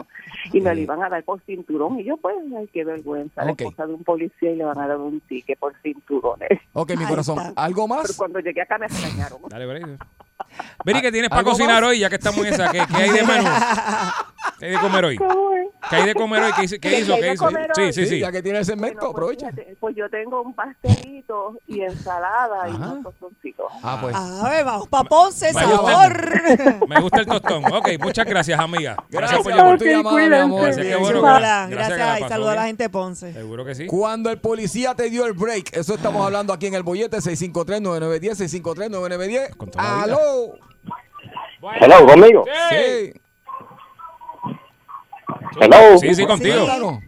Y me lo iban a dar por cinturón. Y yo, pues, ay, qué vergüenza. Ok. La esposa de un policía y le van a dar un ticket por cinturones. Ok, mi Ahí corazón. está. ¿Algo Pero más? cuando llegué acá me extrañaron. Dale, Brady. Veri, ¿qué tienes para ¿Algo cocinar más? hoy? Ya que estamos en esa, ¿qué, qué hay de menú? ¿Qué hay de comer hoy? ¿Qué hay de comer hoy? (laughs) ¿Qué hizo? ¿Qué ¿Qué hizo? hay ¿Qué de hizo? comer Sí, hoy? sí, sí. Ya que tiene el segmento, Bueno, pues, aprovecha. fíjate, pues yo tengo un pastelito y ensalada y Ajá. unos tostoncitos. Ah, pues. A ver, vamos pa' Ponce, Vaya usted. sabor. Me gusta el tostón. Ok, muchas gracias, amiga. Gracias, por Gracias llamar. por tu llamada, mi amor. Gracias, qué Bien, bueno. segura. Hola, Gracias, gracias, que la y pasó saluda a la bien. gente de Ponce. Seguro que sí. Cuando el policía te dio el break, eso estamos hablando aquí en el bollete 653-9910, 653-9910. Con toda la vida. ¡Aló! Hello, conmigo. Sí. Hello. Sí, sí, contigo. Cuéntanos.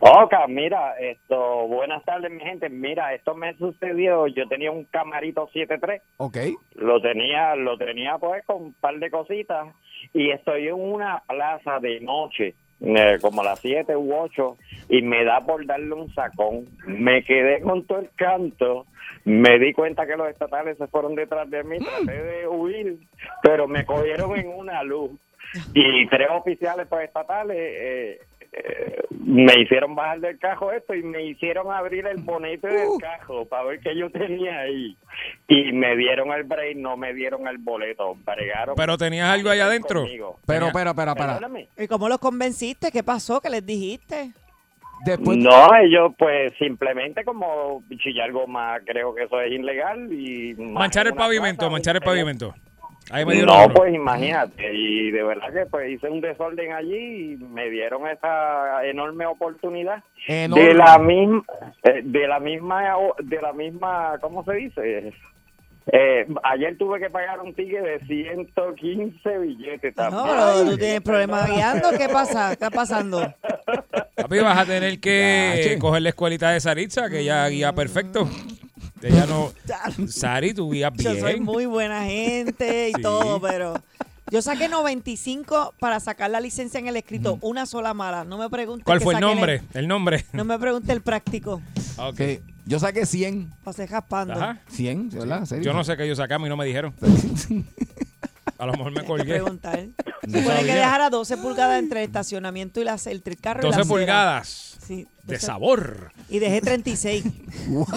Oca, mira, esto, buenas tardes, mi gente. Mira, esto me sucedió. Yo tenía un camarito 7-3. Ok. Lo tenía, lo tenía pues con un par de cositas. Y estoy en una plaza de noche, eh, como a las 7 u 8, y me da por darle un sacón. Me quedé con todo el canto. Me di cuenta que los estatales se fueron detrás de mí. Mm. Traté de huir, pero me cogieron en una luz. y tres oficiales pues, estatales eh, eh, me hicieron bajar del cajo esto y me hicieron abrir el bonete Uh. del cajo para ver qué yo tenía ahí y me dieron el break no me dieron el boleto bregaron Pero tenías algo ahí adentro. conmigo. Pero, Tenía- espera, espera, espera. Perdóname. ¿Y cómo los convenciste? ¿Qué pasó? ¿Qué les dijiste? Después. no eh. ellos pues simplemente como chillar goma creo que eso es ilegal y Manchar el una pavimento, plaza, manchar el un- pavimento. Ahí me dieron. No, duro. pues imagínate, y de verdad que pues hice un desorden allí y me dieron esa enorme oportunidad Enorme. de la misma eh, de la misma de la misma cómo se dice Eh, ayer tuve que pagar un ticket de 115 billetes también. No, pero tú tienes problemas guiando. ¿Qué pasa? ¿Qué está pasando? Papi, vas a tener que Yache. coger la escuelita de Saritza, que ella guía perfecto. Ella no. Sari, tú guías Yo soy bien. muy buena gente y Sí. todo, pero Yo saqué 95 para sacar la licencia en el escrito, una sola mala. No me pregunte ¿Cuál que fue el saqué nombre? El nombre. no me pregunte el práctico. Ok. Sí. Yo saqué 100. Pasé jaspando. Ajá. 100, ¿verdad? ¿Serio? Yo no sé qué yo sacamos y no me dijeron. A lo mejor (laughs) me Hay que colgué. preguntar. No Supone sabía. que dejara 12 pulgadas entre el estacionamiento y la, entre el carro y la 12 acera. pulgadas Sí, de 12. sabor. Y dejé 36.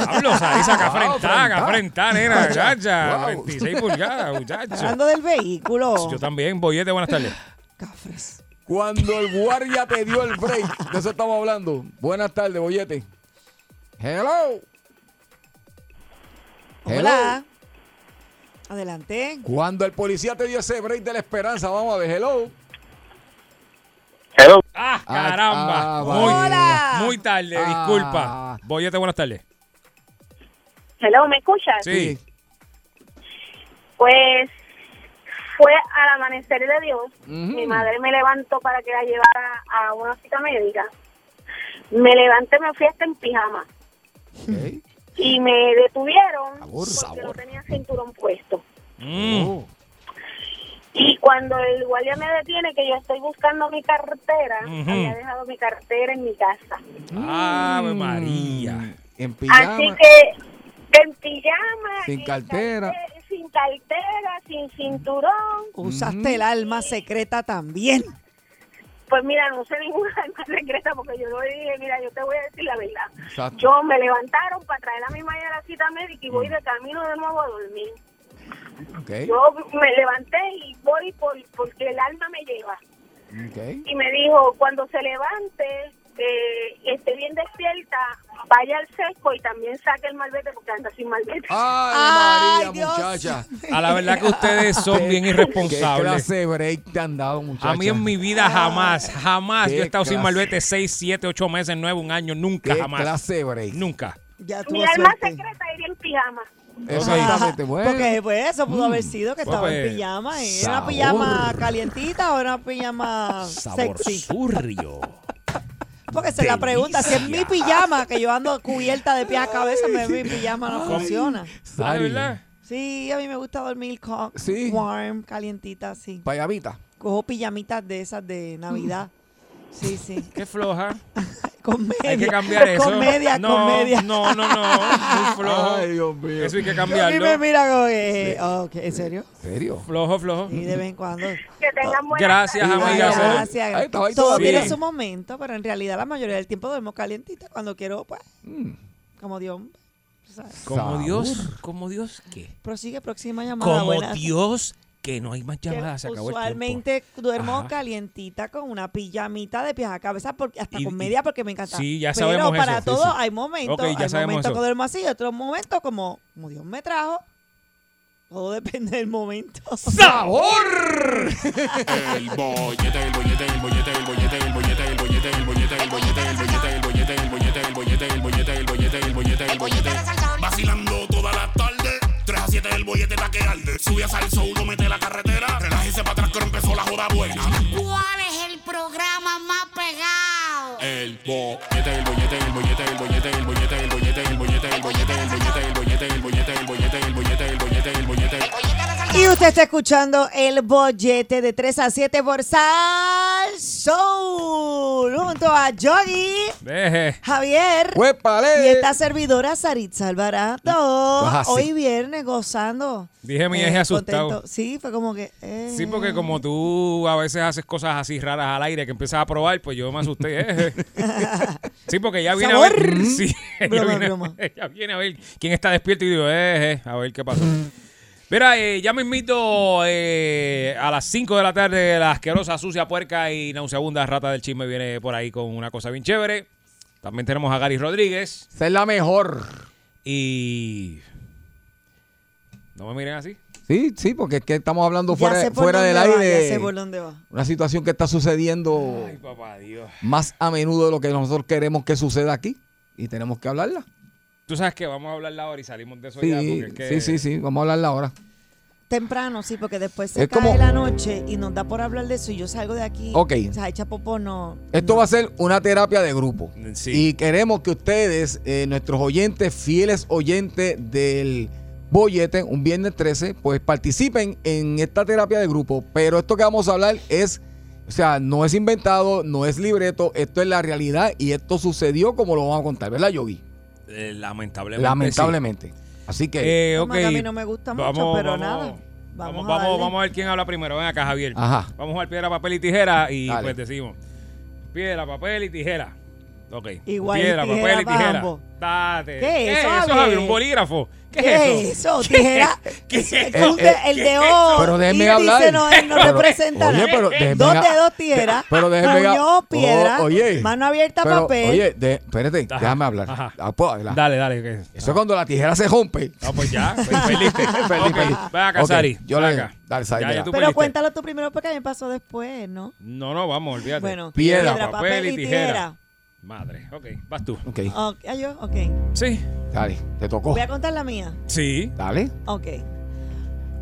Hablo, salí, saca Wow, frentada, frentada. saca frentada, nena, muchacha. Wow. 36 pulgadas, muchacho. Hablando del vehículo. Yo también, bollete, buenas tardes. Cafres. Cuando el guardia te dio el break, de eso estamos hablando. Buenas tardes, bollete. Hello. Hola. Adelante. Cuando el policía te dio ese break de la esperanza, vamos a ver, hello. Hello. Ah, Ah, caramba. ah, muy, Hola. muy tarde, Ah. disculpa. Bollete, buenas tardes. Hello, ¿me escuchas? Sí. Pues fue al amanecer de Dios. Mi madre me levantó para que la llevara a una cita médica. Me levanté, me fui hasta en pijama. Ok. Y me detuvieron Sabor, porque no sabor. tenía cinturón puesto. Mm. Oh. Y cuando el guardia me detiene, que yo estoy buscando mi cartera, Ujú. había dejado mi cartera en mi casa. Mm. Ave María. Ah, En pues, pijama. Así que en pijama. Sin en cartera. carte- sin cartera, sin cinturón. Usaste Mm. el alma secreta también. Pues mira, no sé ninguna (laughs) alma secreta porque yo le dije, mira, yo te voy a decir la verdad. Exacto. Mm. Yo me levantaron para traer a mi madre a la cita médica y voy de camino de nuevo a dormir. Ok, Yo me levanté y voy por, porque el alma me lleva. ok. Y me dijo, cuando se levante, eh, esté bien despierta, vaya al sesco y también saque el malvete porque anda sin malvete. Ay, María, Dios. muchacha. A la verdad que ustedes son (laughs) bien ¿Qué irresponsables. clase de break te han dado, muchacha? A mí en mi vida jamás, jamás Qué yo he estado sin clase. malvete 6, 7, 8 meses, 9, un año, nunca, ¿Qué jamás. clase de break? Nunca. Ya tuvo Mi alma suerte. secreta iría en pijama. Exactamente, Ajá, bueno. Porque pues, eso pudo haber sido que Pues, estaba en pues, pijama. ¿eh? ¿Era sabor. una pijama calientita o era una pijama Ah, sexy? surrio. Porque se la pregunta, si es mi pijama, que yo ando cubierta de pies a cabeza, me- mi pijama no funciona. Ah, Sari, ¿verdad? Sí, a mí me gusta dormir con Sí. warm, calientita, sí. Payamita. Cojo pijamitas de esas de Navidad. Sí, sí. (laughs) (laughs) Qué floja. Comedia. Hay que cambiar eso. Comedia, no, comedia. No, no, no. (laughs) Muy flojo. Ay, Dios mío. Eso hay que A mí me cambiarlo. mira como que, oh, ¿qué? ¿en serio? ¿En serio? Flojo, flojo. Y de vez en cuando. Que tengan buena Gracias, Ay, amiga. Ay, Sol. gracias. Ahí estaba, ahí Todo todavía. tiene su momento, pero en realidad la mayoría del tiempo duermo calientita cuando quiero, pues, como Dios. ¿sabes? Como Sabor. Dios, como Dios que. Prosigue, próxima llamada. Como buenas. Dios que no hay más Que llamadas. Se acabó el tiempo. usualmente duermo Ajá. calientita con una pijamita de pies a cabeza, porque, hasta Y- con y- media porque me encanta. Sí, ya Pero sabemos para eso, sí, todo sí. hay momentos, Ok, ya hay sabemos momentos eso. que duermo así y otros momentos como, como Dios me trajo. Todo depende del momento. ¡Sabor! El bollete, el bollete, el bollete, el bollete, el bollete, el bollete, el bollete, el bollete, el bollete, el bollete, el bollete, el bollete, el bollete, el bollete, el bollete, el bollete. Vacilando toda la tarde, 3 a 7 el bollete está que arde. Sube a salso, uno mete la carretera, relájese para atrás que ahora empezó la joda buena. ¿Cuál es el programa más pegado? El bollete, el bollete, el bollete, el bollete, el bollete, el bollete, el bollete, el bollete, el bollete, el bollete, el bollete, el bollete, el bollete, el bollete, el bollete. Y usted está escuchando el bollete de 3 a 7 por Sal Soul junto a Yogi, Deje. Javier ¡Huepale! y esta servidora Saritza Alvarado. Pues así. Hoy viernes gozando. Dije mi eje asustado. Eh, contento. Sí, fue como que. eh. Sí, porque como tú a veces haces cosas así raras al aire que empiezas a probar, pues yo me (laughs) asusté. eh. Sí, porque ya viene a ver. Sabor. Sí, ella Broma, viene, broma. ella viene a ver quién está despierto y digo, eh, eh, a ver qué pasó. Mira, eh, ya me invito eh, a las 5 de la tarde. La asquerosa, sucia, puerca y nauseabunda rata del chisme viene por ahí con una cosa bien chévere. También tenemos a Gary Rodríguez Esa es la mejor. y. No me miren así. Sí, sí, porque es que estamos hablando Ya fuera, sé por fuera del dónde va, aire. Ya sé por dónde va. Una situación que está sucediendo Ay, papá Dios. más a menudo de lo que nosotros queremos que suceda aquí. Y tenemos que hablarla. Tú sabes que vamos a hablarla ahora y salimos de eso ya. Sí, Porque es que sí, sí, sí, vamos a hablarla ahora. Temprano, sí, porque después se Es cae como- la noche y nos da por hablar de eso y yo salgo de aquí. Ok. O sea, echa popó, no. Esto no. va a ser una terapia de grupo. Sí. Y queremos que ustedes, eh, nuestros oyentes, fieles oyentes del bollete, un viernes 13, pues participen en esta terapia de grupo. Pero esto que vamos a hablar es, o sea, no es inventado, no es libreto, esto es la realidad y esto sucedió como lo vamos a contar, ¿verdad, Yogi? Eh, lamentablemente. Lamentablemente. Así sí. que, Eh, Además, ok. a mí no me gusta mucho, pero nada. Vamos Vamos, a vamos, darle. vamos a ver quién habla primero. Ven acá, Javier. Ajá. Vamos a jugar piedra, papel y tijera y Dale. pues decimos. Piedra, papel y tijera. Ok. Igual y piedra, tijera papel y para tijera. ambos. Date. ¿Qué es es eso, eso, Javier? Javier? ¿Un bolígrafo? ¿Qué, ¿Qué es eso? eso? Tijera. ¿Qué es eso? Un de- el de O. pero déjenme y hablar. Dice, no, él no Pero- representa oye, nada. pero déjenme dos a- dedos tijera. pero déjenme a- puño, piedra. Oh, oye. mano abierta, pero, papel. (laughs) oye, de- espérate, Ajá, déjame hablar. ajá. Ah, ¿puedo hablar? Dale, dale. ¿qué es? Eso es cuando la tijera se rompe. No, pues ya. pues, Perdiste. Perdí, Ok, perdí. Ven acá, Ok, Sari. (laughs) yo ven le- acá. dale, Sari, Ya, mira. ya tú pero perdiste. cuéntalo tú primero porque a mí me pasó después, ¿no? No, no, vamos, olvídate. Bueno, Piedra, Madre. Ok, vas tú. Ok, Ok, ah, yo, ok. Sí. dale, te tocó. Voy a contar la mía. Sí. Dale. Ok.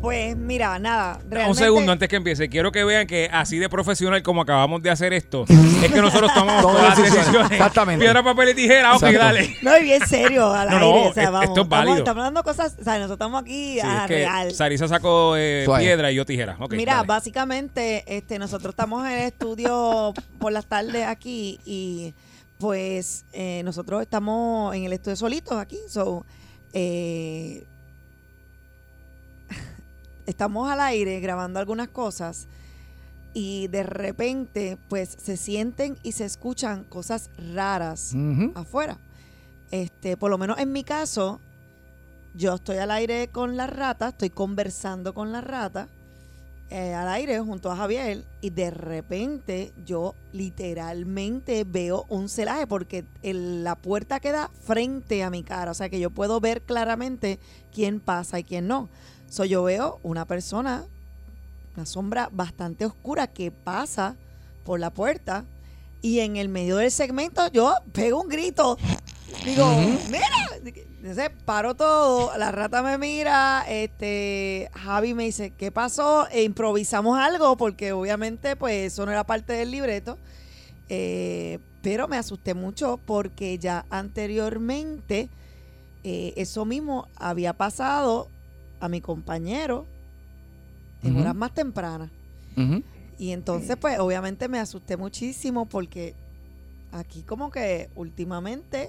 Pues mira, nada. Un realmente- segundo antes que empiece. Quiero que vean que así de profesional como acabamos de hacer (laughs) esto, es que nosotros tomamos Todas todas las decisiones. decisiones. Exactamente. Piedra, papel y tijera. Ok, Exacto. dale. No, y bien serio. Al No, no, aire, o sea, es- vamos, esto es estamos, válido. estamos hablando cosas. O sea, nosotros estamos aquí Sí, a es que real. Sarisa sacó eh, Suave. piedra y yo tijera. Ok, Mira, dale. básicamente, este, nosotros estamos en el estudio por las tardes aquí y pues eh, nosotros estamos en el estudio solitos aquí. So, eh, estamos al aire grabando algunas cosas y de repente pues se sienten y se escuchan cosas raras Ujú. afuera. Este, por lo menos en mi caso, yo estoy al aire con la rata, estoy conversando con la rata eh, al aire junto a Javier y de repente yo literalmente veo un celaje porque el- la puerta queda frente a mi cara, o sea que yo puedo ver claramente quién pasa y quién no. So, yo veo una persona, una sombra bastante oscura que pasa por la puerta y en el medio del segmento yo pego un grito. Digo, mira, entonces paro todo, la rata me mira, este, Javi me dice, ¿qué pasó? E improvisamos algo porque obviamente pues eso no era parte del libreto, Eh, pero me asusté mucho porque ya anteriormente eh, eso mismo había pasado a mi compañero en Ujú. horas más tempranas. Ujú. Y entonces, pues, obviamente me asusté muchísimo porque aquí como que últimamente,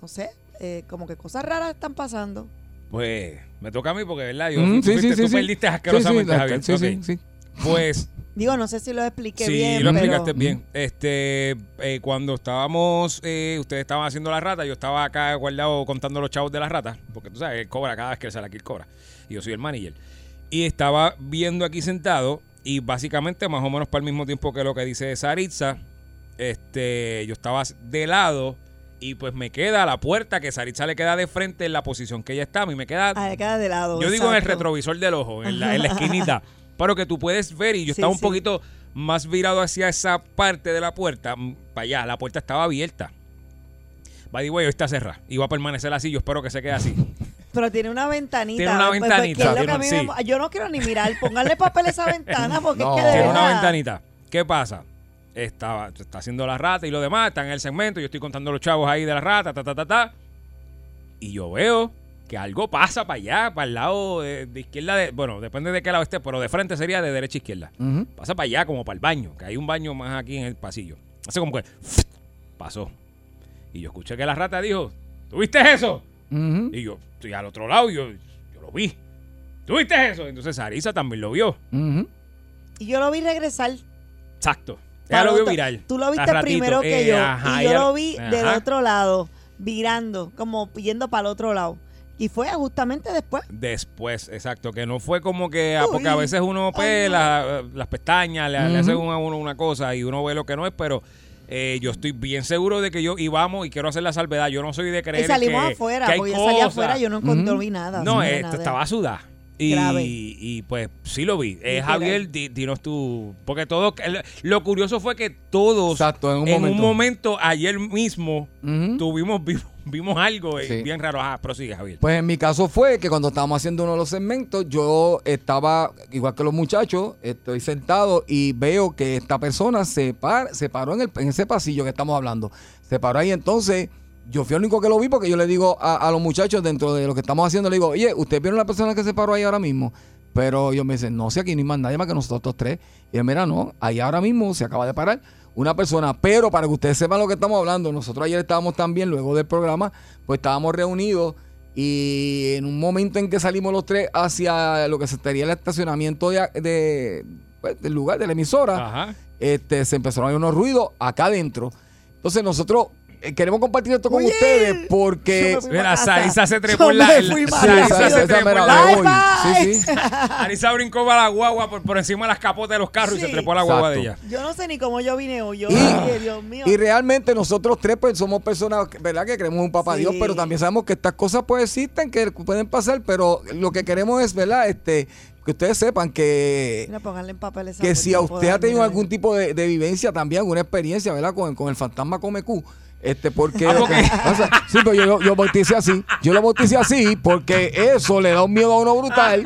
no sé, eh, como que cosas raras están pasando. Pues me toca a mí porque, ¿verdad? Yo, Mm, tú, sí, fuiste- sí, sí, tú sí. perdiste Sí, asquerosamente, sí, Javier. sí, sí, Ok. sí. Pues Digo, no sé si lo expliqué sí, bien, lo pero explicaste bien. Este, eh, cuando estábamos, eh, ustedes estaban haciendo la rata, yo estaba acá guardado contando los chavos de la rata, porque tú sabes, él cobra cada vez que él sale aquí, él cobra. Y yo soy el manager. Y estaba viendo aquí sentado, y básicamente, más o menos para el mismo tiempo que lo que dice Saritza, este, yo estaba de lado. Y pues me queda la puerta que Saritza le queda de frente en la posición que ella está. A mí me queda Ah, queda de lado. yo digo en el exacto. retrovisor del ojo, en la, en la esquinita. Pero que tú puedes ver y yo Sí, estaba un sí. poquito más virado hacia esa parte de la puerta, mm, para allá, la puerta estaba abierta. Va the way, hoy está cerrada y va a permanecer así, yo espero que se quede así. Pero tiene una ventanita. Tiene una Pues, pues, ¿qué ventanita, es lo que a tiene- mí me sí. mo- Yo no quiero ni mirar. Póngale papel a esa ventana (laughs) porque (laughs) No. es que de Tiene una verdad- ventanita. ¿Qué pasa? Estaba, está haciendo la rata y lo demás, está en el segmento, yo estoy contando los chavos ahí de la rata, ta, ta, ta, ta. Y yo veo que algo pasa para allá, para el lado de, de izquierda, de- bueno, depende de qué lado esté, pero de frente sería de derecha a izquierda. Ujú. Pasa para allá, como para el baño, que hay un baño más aquí en el pasillo. Hace como que (laughs) pasó. Y yo escuché que la rata dijo, ¿tuviste eso? Ujú. Y yo estoy al otro lado, y yo, yo lo vi. ¿Tuviste eso? Entonces Sarisa también lo vio. Ujú. Y yo lo vi regresar. Exacto. Ella para lo vio otro- viral. Tú lo A viste ratito. primero que Eh, yo. ajá, y yo ella- lo vi del ajá. otro lado, virando, como yendo para el otro lado. Y fue justamente después. Después, exacto, que no fue como que, ah, porque a Uy. veces uno pela eh, las pestañas, le, le hace uno a uno una cosa y uno ve lo que no es, pero eh, yo estoy bien seguro de que yo íbamos y quiero hacer la salvedad. Yo no soy de creer y salimos que- afuera, que hay porque yo salí cosas. afuera yo no encontré vi nada. No, vi eh, nada. estaba sudada. Y, Grave. y pues sí lo vi. Eh, Literal. Javier, di- dinos tú. Porque todo. Lo curioso fue que todos. Exacto, en un momento. momento, ayer mismo Ujú. tuvimos, vimos, vimos algo eh, Sí. bien raro. Ah, prosigue, Javier. Pues en mi caso fue que cuando estábamos haciendo uno de los segmentos, yo estaba, igual que los muchachos, estoy sentado y veo que esta persona se, par- se paró en, el, en ese pasillo que estamos hablando. Se paró ahí entonces. Yo fui el único que lo vi porque yo le digo a, a los muchachos dentro de lo que estamos haciendo, le digo, oye, ¿ustedes vieron la persona que se paró ahí ahora mismo? Pero ellos me dicen, no, si aquí no hay más nadie más que nosotros tres. Y yo, mira, no, ahí ahora mismo se acaba de parar una persona. Pero para que ustedes sepan lo que estamos hablando, nosotros ayer estábamos también, luego del programa, pues estábamos reunidos y en un momento en que salimos los tres hacia lo que sería el estacionamiento de, de- pues, del lugar, de la emisora, Ajá. este, se empezaron a oír unos ruidos acá adentro. Entonces nosotros eh, queremos compartir esto con ustedes porque... Yo me fui Mira, para casa. Sarisa se trepó Yo en la. me el- fui para Sarisa casa. se Esa trepó en mera la- de Bye, hoy. Sí, bye. sí. Sarisa brincó a la guagua por, por encima de las capotas de los carros y se Sí. trepó a la guagua de ella. Exacto. Yo no sé ni cómo yo vine hoy. Yo, Y- Ay, Dios mío. Y realmente nosotros tres pues, somos personas, ¿verdad? Que creemos en un papá Sí. Dios, pero también sabemos que estas cosas pues existen, que pueden pasar, pero lo que queremos es, ¿verdad? Este, que ustedes sepan que, Mira, pónganle en papel esa eh, que si a puerta, usted ha tenido mira. algún tipo de, de vivencia también, alguna experiencia, ¿verdad? Con, con el fantasma Come Q. Este, porque, Ah, lo (laughs) porque- que pasa- sí, pero yo, yo, yo bauticé así. Yo lo bauticé así porque eso le da un miedo a uno brutal.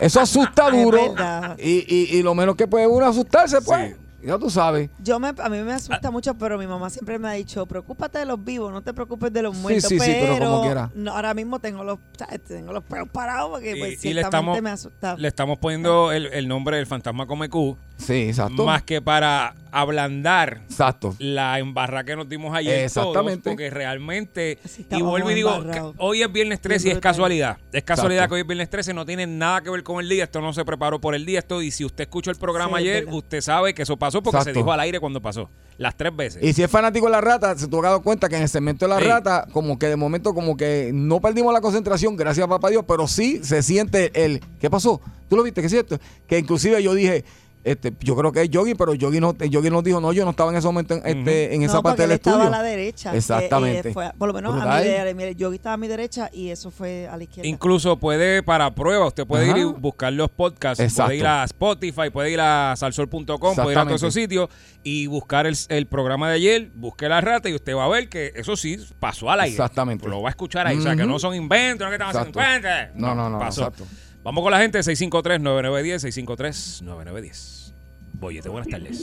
Eso (laughs) asusta Ah, Es duro. verdad. Y, y, y lo menos que puede uno asustarse, pues. Sí. Ya tú sabes. Yo me, a mí me Ah. asusta mucho, pero mi mamá siempre me ha dicho, preocúpate de los vivos, no te preocupes de los muertos. sí, sí, pero pero como quiera. no, ahora mismo tengo los, ¿sabes? tengo los pelos parados porque pues, y, y le ciertamente estamos, me asusta. le estamos poniendo el, el nombre del fantasma Come Q, Sí, exacto. más que para ablandar Exacto. la embarra que nos dimos ayer. todos, Este, Exactamente. porque realmente. Sí, y estábamos vuelvo y digo, embarrados. que hoy es viernes 13 y Bien es brutal. casualidad. Es casualidad Exacto. que hoy es viernes 13, no tiene nada que ver con el día. Esto no se preparó por el día. Esto, y si usted escuchó el programa Sí, es ayer, verdad. usted sabe que eso pasó porque se Exacto. dijo al aire cuando pasó. Las tres veces. Y si es fanático de la rata, se te ha dado cuenta que en el segmento de la Sí. rata, como que de momento, como que no perdimos la concentración, gracias a papá Dios, pero sí se siente el. ¿Qué pasó? ¿Tú lo viste? ¿Qué es cierto? Que inclusive yo dije. Este, yo creo que es Yogi, pero Yogi, no, Yogi nos dijo, no, yo no estaba en ese momento en, este, en No, esa parte porque él del estudio. estaba a la derecha. que, eh, Exactamente. Pues fue- por lo menos a Brutal. mi derecha. Mire, yo estaba a mi derecha y eso fue a la izquierda. Incluso puede, para prueba, usted puede Ajá. ir y buscar los podcasts. Exacto. Puede ir a Spotify, puede ir a salsol.com, puede ir a Exactamente. todos esos sitios y buscar el, el programa de ayer, busque la rata y usted va a ver que eso sí pasó al aire. Exactamente. Lo va a escuchar ahí. O sea, que Ujú. no son inventos, no que estamos haciendo Exacto. inventos. No, no, no, eh. Pasó. exacto. Vamos con la gente, 653-9910, 653-9910. Boyete, buenas tardes.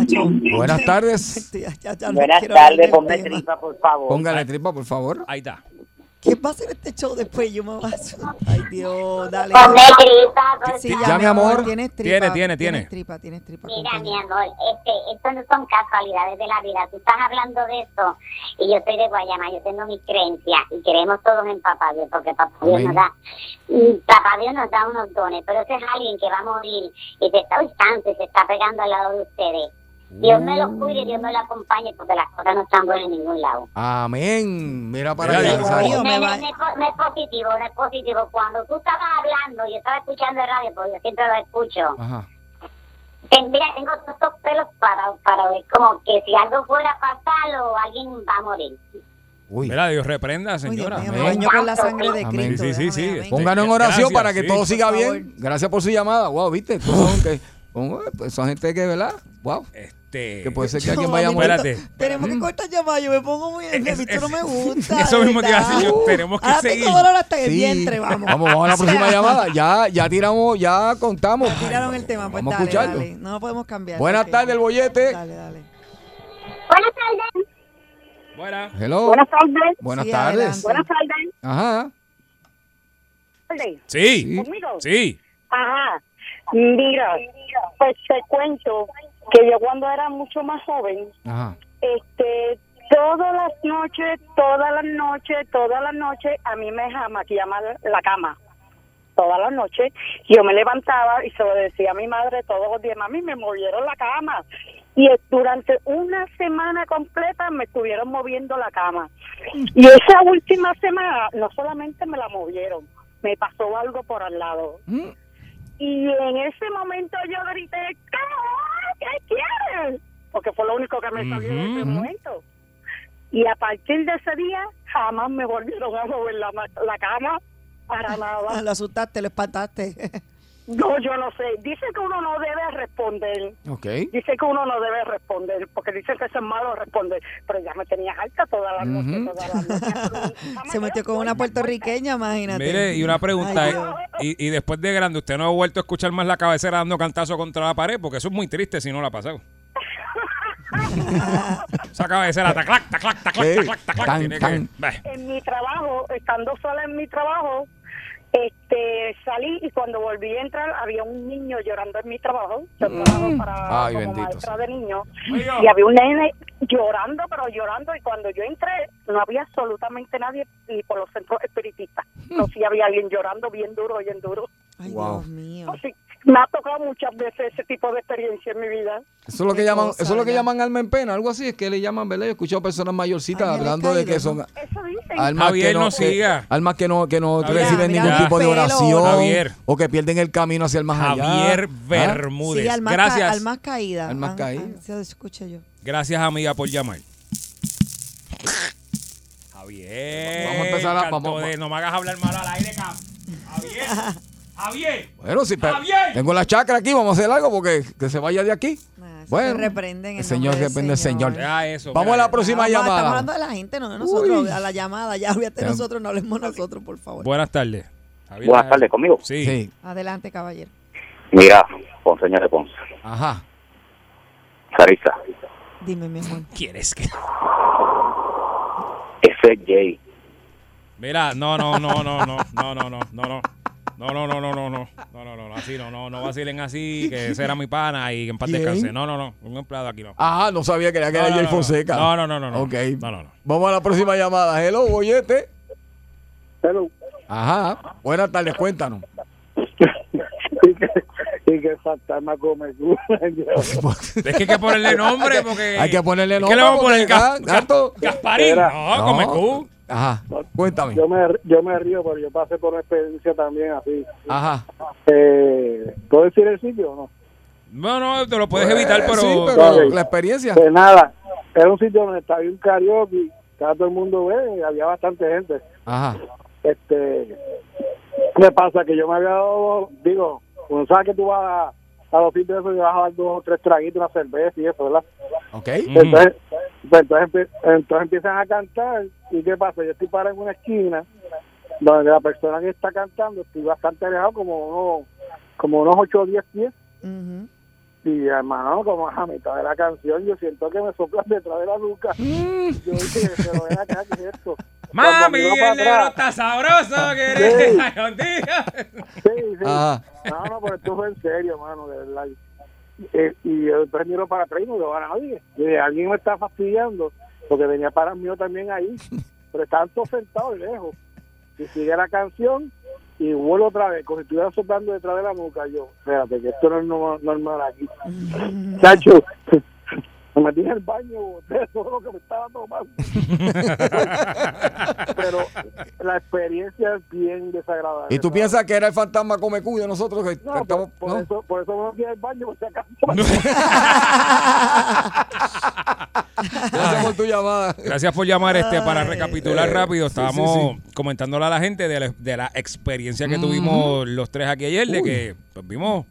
Acho. (laughs) Buenas tardes. Ya, ya, ya no Buenas quiero hablar tardes, del ponme tema. tripa, por favor. Póngale tripa, por favor. Ahí está. ¿Qué va a hacer este show después? Yo me voy a asustar. Ay, Dios, dale. Ponme gripa, por Sí, Ya, mi amor. Tienes tripa. Tiene, tiene, tiene. Tienes tripa, tienes tripa. Mira, mi compañero. amor, este, esto no son casualidades de la vida. Tú estás hablando de esto y yo soy de Guayama, yo tengo mis creencias y creemos todos en Papá Dios, porque Papá Dios Amén. nos da, y Papá Dios nos da unos dones, pero ese es alguien que va a morir y se está distante, se está pegando al lado de ustedes. Dios me los cuide, y Dios me lo acompañe, porque las cosas no están buenas en ningún lado. Amén. Mira para Mira, allá. Dios ¿sabes? mío. No, me no, va- no es po- no es positivo, no es positivo. Cuando tú estabas hablando, yo estaba escuchando el radio, porque yo siempre lo escucho. Ajá. Ten- Mira, tengo todos estos pelos para, para ver como que si algo fuera a pasar o alguien va a morir. Uy. Mira, Dios reprenda, Ay, Dios señora. mío, Amén. me baño con la sangre de Amén. Cristo. Sí, sí, déjame, sí, amén. ponga- Pónganos en oración Gracias, para que sí. todo siga Por favor. bien. Gracias por su llamada. Wow, viste. Todos son que- son, eh, pues, son gente que, ¿verdad? Wow. Este, Que puede ser (laughs) que No, alguien vaya a mamita, morir. Espérate. Tenemos Mm. que cortar llamadas. Yo me pongo muy. El es- esto no me es- (laughs) gusta. eso de mismo te iba a decir verdad. yo, tenemos que Ahora seguir. Ah, Tengo dolor hasta en el Sí. vientre. Vamos. Uh, Vamos, vamos a (laughs) la próxima llamada. Ya, ya tiramos, ya contamos. Tiraron el tema. Pues Vamos a dale, escucharlo. dale. No podemos cambiar. Buenas Ok. tardes, el bollete. Dale, dale. Buenas tardes. Buena. Hello. Buenas tardes. Buenas Sí, tardes. adelante. Buenas tardes. Ajá. Sí. ¿Conmigo? Sí. Ajá. Mira, pues te cuento que yo cuando era mucho más joven, Ajá. este, todas las noches, todas las noches, todas las noches, a mí me jamaqueaban la cama. Todas las noches. Yo me levantaba y se lo decía a mi madre todos los días, mami, me movieron la cama. Y eh, durante una semana completa me estuvieron moviendo la cama. Y esa última semana no solamente me la movieron, me pasó algo por al lado. Mm. Y en ese momento yo grité, ¿qué? ¿Qué quieres? Porque fue lo único que me salió en ese Ujú. momento. Y a partir de ese día jamás me volvieron a mover la, ma- la cama para Ah, nada. Lo asustaste, lo espantaste. No, yo no sé. Dice que uno no debe responder. Ok. Dice que uno no debe responder, porque dicen que eso es malo responder. Pero ya me tenías alta toda la noche, Ujú. toda la noche. Jamás Se metió con una puertorriqueña, imagínate. Mire, y una pregunta, Ay, ¿eh? Dios. y, y después de grande, ¿usted no ha (laughs) vuelto a escuchar más la cabecera dando cantazo contra la pared? Porque eso es muy triste si no la ha pasado. Se acaba de ser la taclac, taclac, taclac, Sí. taclac, taclac. Tan, Tiene que- tan. Bah. en mi trabajo, estando sola en mi trabajo, este, salí y cuando volví a entrar había un niño llorando en mi trabajo. Yo trabajo para Mm. Ay, como bendito maestra sea. de niños Oiga. y había un nene llorando, pero llorando y cuando yo entré no había absolutamente nadie ni por los centros espiritistas. Hmm. No sí había alguien llorando bien duro, bien duro. Ay, Wow. Dios mío. Así me ha tocado muchas veces ese tipo de experiencia en mi vida. Eso es lo Qué que llaman, cosa, eso es lo que ¿verdad? llaman alma en pena, algo así, es que le llaman, ¿verdad? Yo he escuchado personas mayorcitas Ángeles hablando de que caídos, son ¿no? Eso dicen. almas Javier, que no, no que- siga. almas que no que no Javier, reciben mira ningún tus tipo de pelos. oración Javier. o que pierden el camino hacia el más allá. Javier ¿Ah? Bermúdez. Sí, al más, ca- gracias. al más caída. Al más caída. Ah, se escucha yo. Gracias, amiga, por llamar. Javier. Vamos a empezar a- canto vamos- de- no me hagas hablar mal al aire, cam- Javier. Javier. Bueno, si pe- Javier. tengo la chacra aquí, vamos a hacer algo porque que se vaya de aquí. Nah, Ah, eso bueno, te reprenden en el señor nombre del reprende el Señor. señor. Ya Ah, eso. Vamos mira, a la próxima Vamos, Estamos llamada. hablando de la gente, no de nosotros. Uy. A la llamada, ya olvídate de Ya. nosotros, no hablemos nosotros, por favor. Buenas tardes. Javier, Buenas tardes, conmigo. Sí. Sí. Adelante, caballero. Mira, con señor de Ponce. Ajá. Sarisa, Dime, mi (laughs) amor. ¿Quieres que.? ese es Jay. Mira, no, no, no, no, no, no, no, no, no, no. No, no, no, no, no, no, no, no, no, no, así no, no, no vacilen así, que ese era mi pana y que en paz ¿Quién? descanse. No, no, no, un empleado aquí no. Ajá, no sabía que era que No, era no, Jay no, no. Fonseca. No, no, no, no, no. Ok. No, no, no. Vamos a la próxima llamada. Hello, bollete. Hello. Ajá. Buenas tardes, cuéntanos. y que, y que fantasma (laughs) come tú. Es que hay que ponerle nombre porque. Hay que ponerle ¿Qué nombre le vamos a poner? porque, ah, gato. Gasparín. Gasparín. No, No. come cu. Ajá. Cuéntame. Yo me, yo me río, pero yo pasé por una experiencia también así. Ajá. Eh, ¿Puedo decir el sitio o no? No, no, te lo puedes evitar, pero. Sí, pero Vale. la experiencia. Pues nada, era un sitio donde estaba un karaoke, estaba todo el mundo ve, y había bastante gente. Ajá. Este, me pasa que yo me había dado, digo, cuando sabes que tú vas a, a los sitios esos y vas a dar dos o tres traguitos, una cerveza y eso, ¿verdad? Ok. Ujú. Entonces, pues entonces, empie- entonces empiezan a cantar y ¿qué pasa? Yo estoy parado en una esquina donde la persona que está cantando estoy bastante alejado, como unos, como unos 8 o 10 pies. Ujú. Y hermano, como a mitad de la canción, yo siento que me soplan detrás de la nuca. Yo dije, pero ven acá, ¿qué es esto? Cuando Mm. (laughs) Mami, miro para el negro atrás, está sabroso, que eres. (laughs) Ay, contigo. sí, (laughs) sí. Ajá. No, no, pero esto fue en serio, mano, de verdad. Eh, y yo después miro para atrás y no veo a nadie. Y dije, alguien me está fastidiando, porque venía para mío (laughs) también ahí. Pero estaban todos sentados lejos. Y sigue la canción y vuelvo otra vez, como si estuviera soplando detrás de la nuca. Yo, espérate, que esto no es norma- normal aquí. (laughs) Chacho, me metí en el baño, boté (laughs) todo lo que me estaba (laughs) tomando. pero la experiencia es bien desagradable. ¿Y tú ¿sabes? piensas que era el fantasma come cu de nosotros? Que No, estamos- por, por ¿no? Eso, por eso me fui al baño, por si acaso. (laughs) Gracias por tu llamada. Gracias por llamar este para recapitular Eh, rápido. sí, sí, Estábamos comentándole a la gente de la, de la experiencia que tuvimos los tres aquí ayer, de Uy. que pues, vimos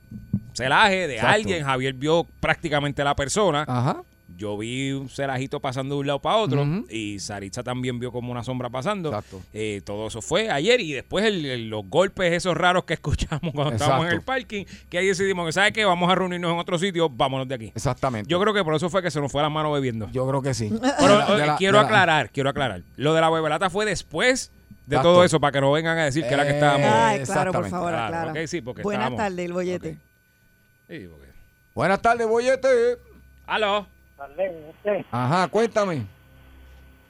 celaje de Exacto. alguien. Javier vio prácticamente la persona. Ajá. Yo vi un cerajito pasando de un lado para otro Ujú. y Saritza también vio como una sombra pasando. Exacto. Eh, todo eso fue ayer y después el- el- los golpes esos raros que (laughs) escuchamos cuando estábamos en Exacto. el parking, que ahí decidimos que, ¿sabes qué? Vamos a reunirnos en otro sitio, vámonos de aquí. Exactamente. Yo creo que por eso fue que se nos fue la mano bebiendo. Yo creo que sí. Pero De la- eh, de la- quiero de la- aclarar, quiero aclarar. Lo de la huevelata fue después de Exacto. todo eso, para que no vengan a decir que era que estábamos. Eh, Ay, claro, por exactamente. favor, Claro, aclara. ok, sí, porque Buenas estábamos- tardes, el bollete. Ok. Sí, porque- Buenas tardes, bollete. Aló. Ajá, cuéntame.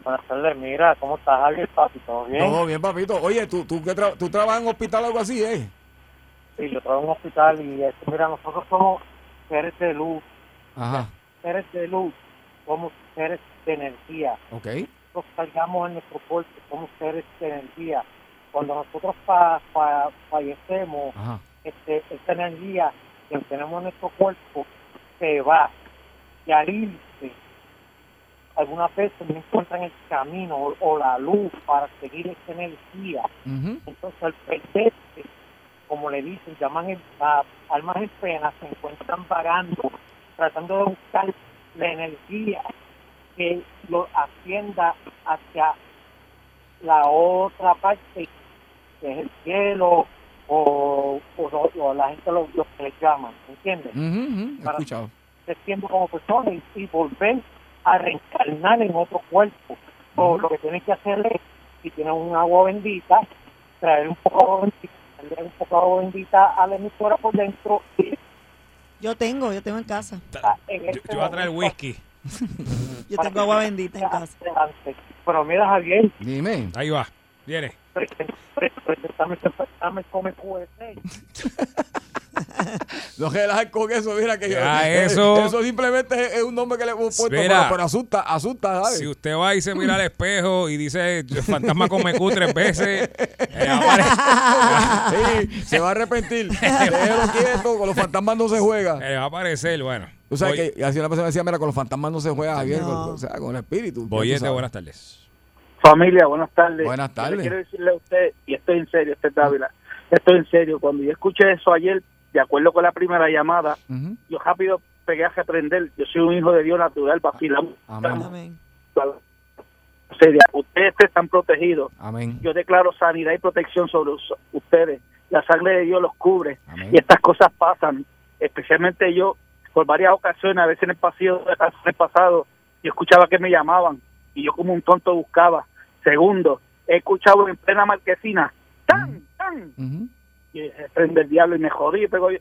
Buenas tardes, mira, ¿cómo estás, Javier? Papi, ¿todo bien? Todo bien, papito. Oye, ¿tú, tú, que tra- tú trabajas en hospital o algo así, eh? Sí, yo trabajo en un hospital y esto, mira, nosotros somos seres de luz, Ajá. seres de luz, somos seres de energía. Ok. Nosotros cargamos en nuestro cuerpo, somos seres de energía. Cuando nosotros fa- fa- fallecemos, Ajá. este, esta energía que tenemos en nuestro cuerpo se va. Y al irse, algunas veces no encuentran el camino o, o la luz para seguir esta energía. Ujú. Entonces, al perderse, como le dicen, llaman el- a almas en pena, se encuentran vagando, tratando de buscar la energía que lo ascienda hacia la otra parte, que es el cielo, o, o lo- o la gente lo, lo que le llaman, ¿entiendes? Ujú, ujú. He Para- escuchado. creciendo como persona y, y volver a reencarnar en otro cuerpo. O lo que tienes que hacer es, si tienes un agua bendita, traer un poco de agua bendita, traer un poco de agua bendita a la emisora por dentro y Yo tengo, yo tengo en casa. está en Yo, este yo voy a traer whisky. Yo para tengo que agua te bendita en sigas casa. adelante. Pero mira, Javier, (laughs) Dime. Ahí va. Viene. preséntame, preséntame, come QSE. No relajes con eso, mira que Ya, (laughs) eh, eso- Eso simplemente es, es un nombre que le hemos puesto, Mira. pero, pero asusta, asusta, (laughs) ¿sabes? Si usted va y se mira al espejo y dice fantasma con MQ (laughs) tres veces, eh, apare- Sí, se va a arrepentir. (laughs) Déjelo quieto, con los fantasmas no se juega. eh, va a aparecer, bueno. O sea, Boy- que y así una persona decía, mira, con los fantasmas no se juega, Javier, No. con, o sea, con el espíritu. ya tú Boyete, sabes. buenas tardes. Familia, buenas tardes. Buenas Yo tardes. le quiero decirle a usted, y estoy en serio, usted Dávila, estoy en serio. Cuando yo escuché eso ayer, de acuerdo con la primera llamada, Ujú. yo rápido pegué a reprender. Yo soy un hijo de Dios natural, vacilamos. Amén, Amén. En serio, ustedes están protegidos. amén, Yo declaro sanidad y protección sobre us- ustedes. La sangre de Dios los cubre. amén. Y estas cosas pasan, especialmente yo, por varias ocasiones, a veces en el pasillo en el pasado, yo escuchaba que me llamaban y yo como un tonto buscaba. Segundo, he escuchado en plena marquesina, ¡tan, tan! Ujú, Y prende el diablo y me jodí, pero yo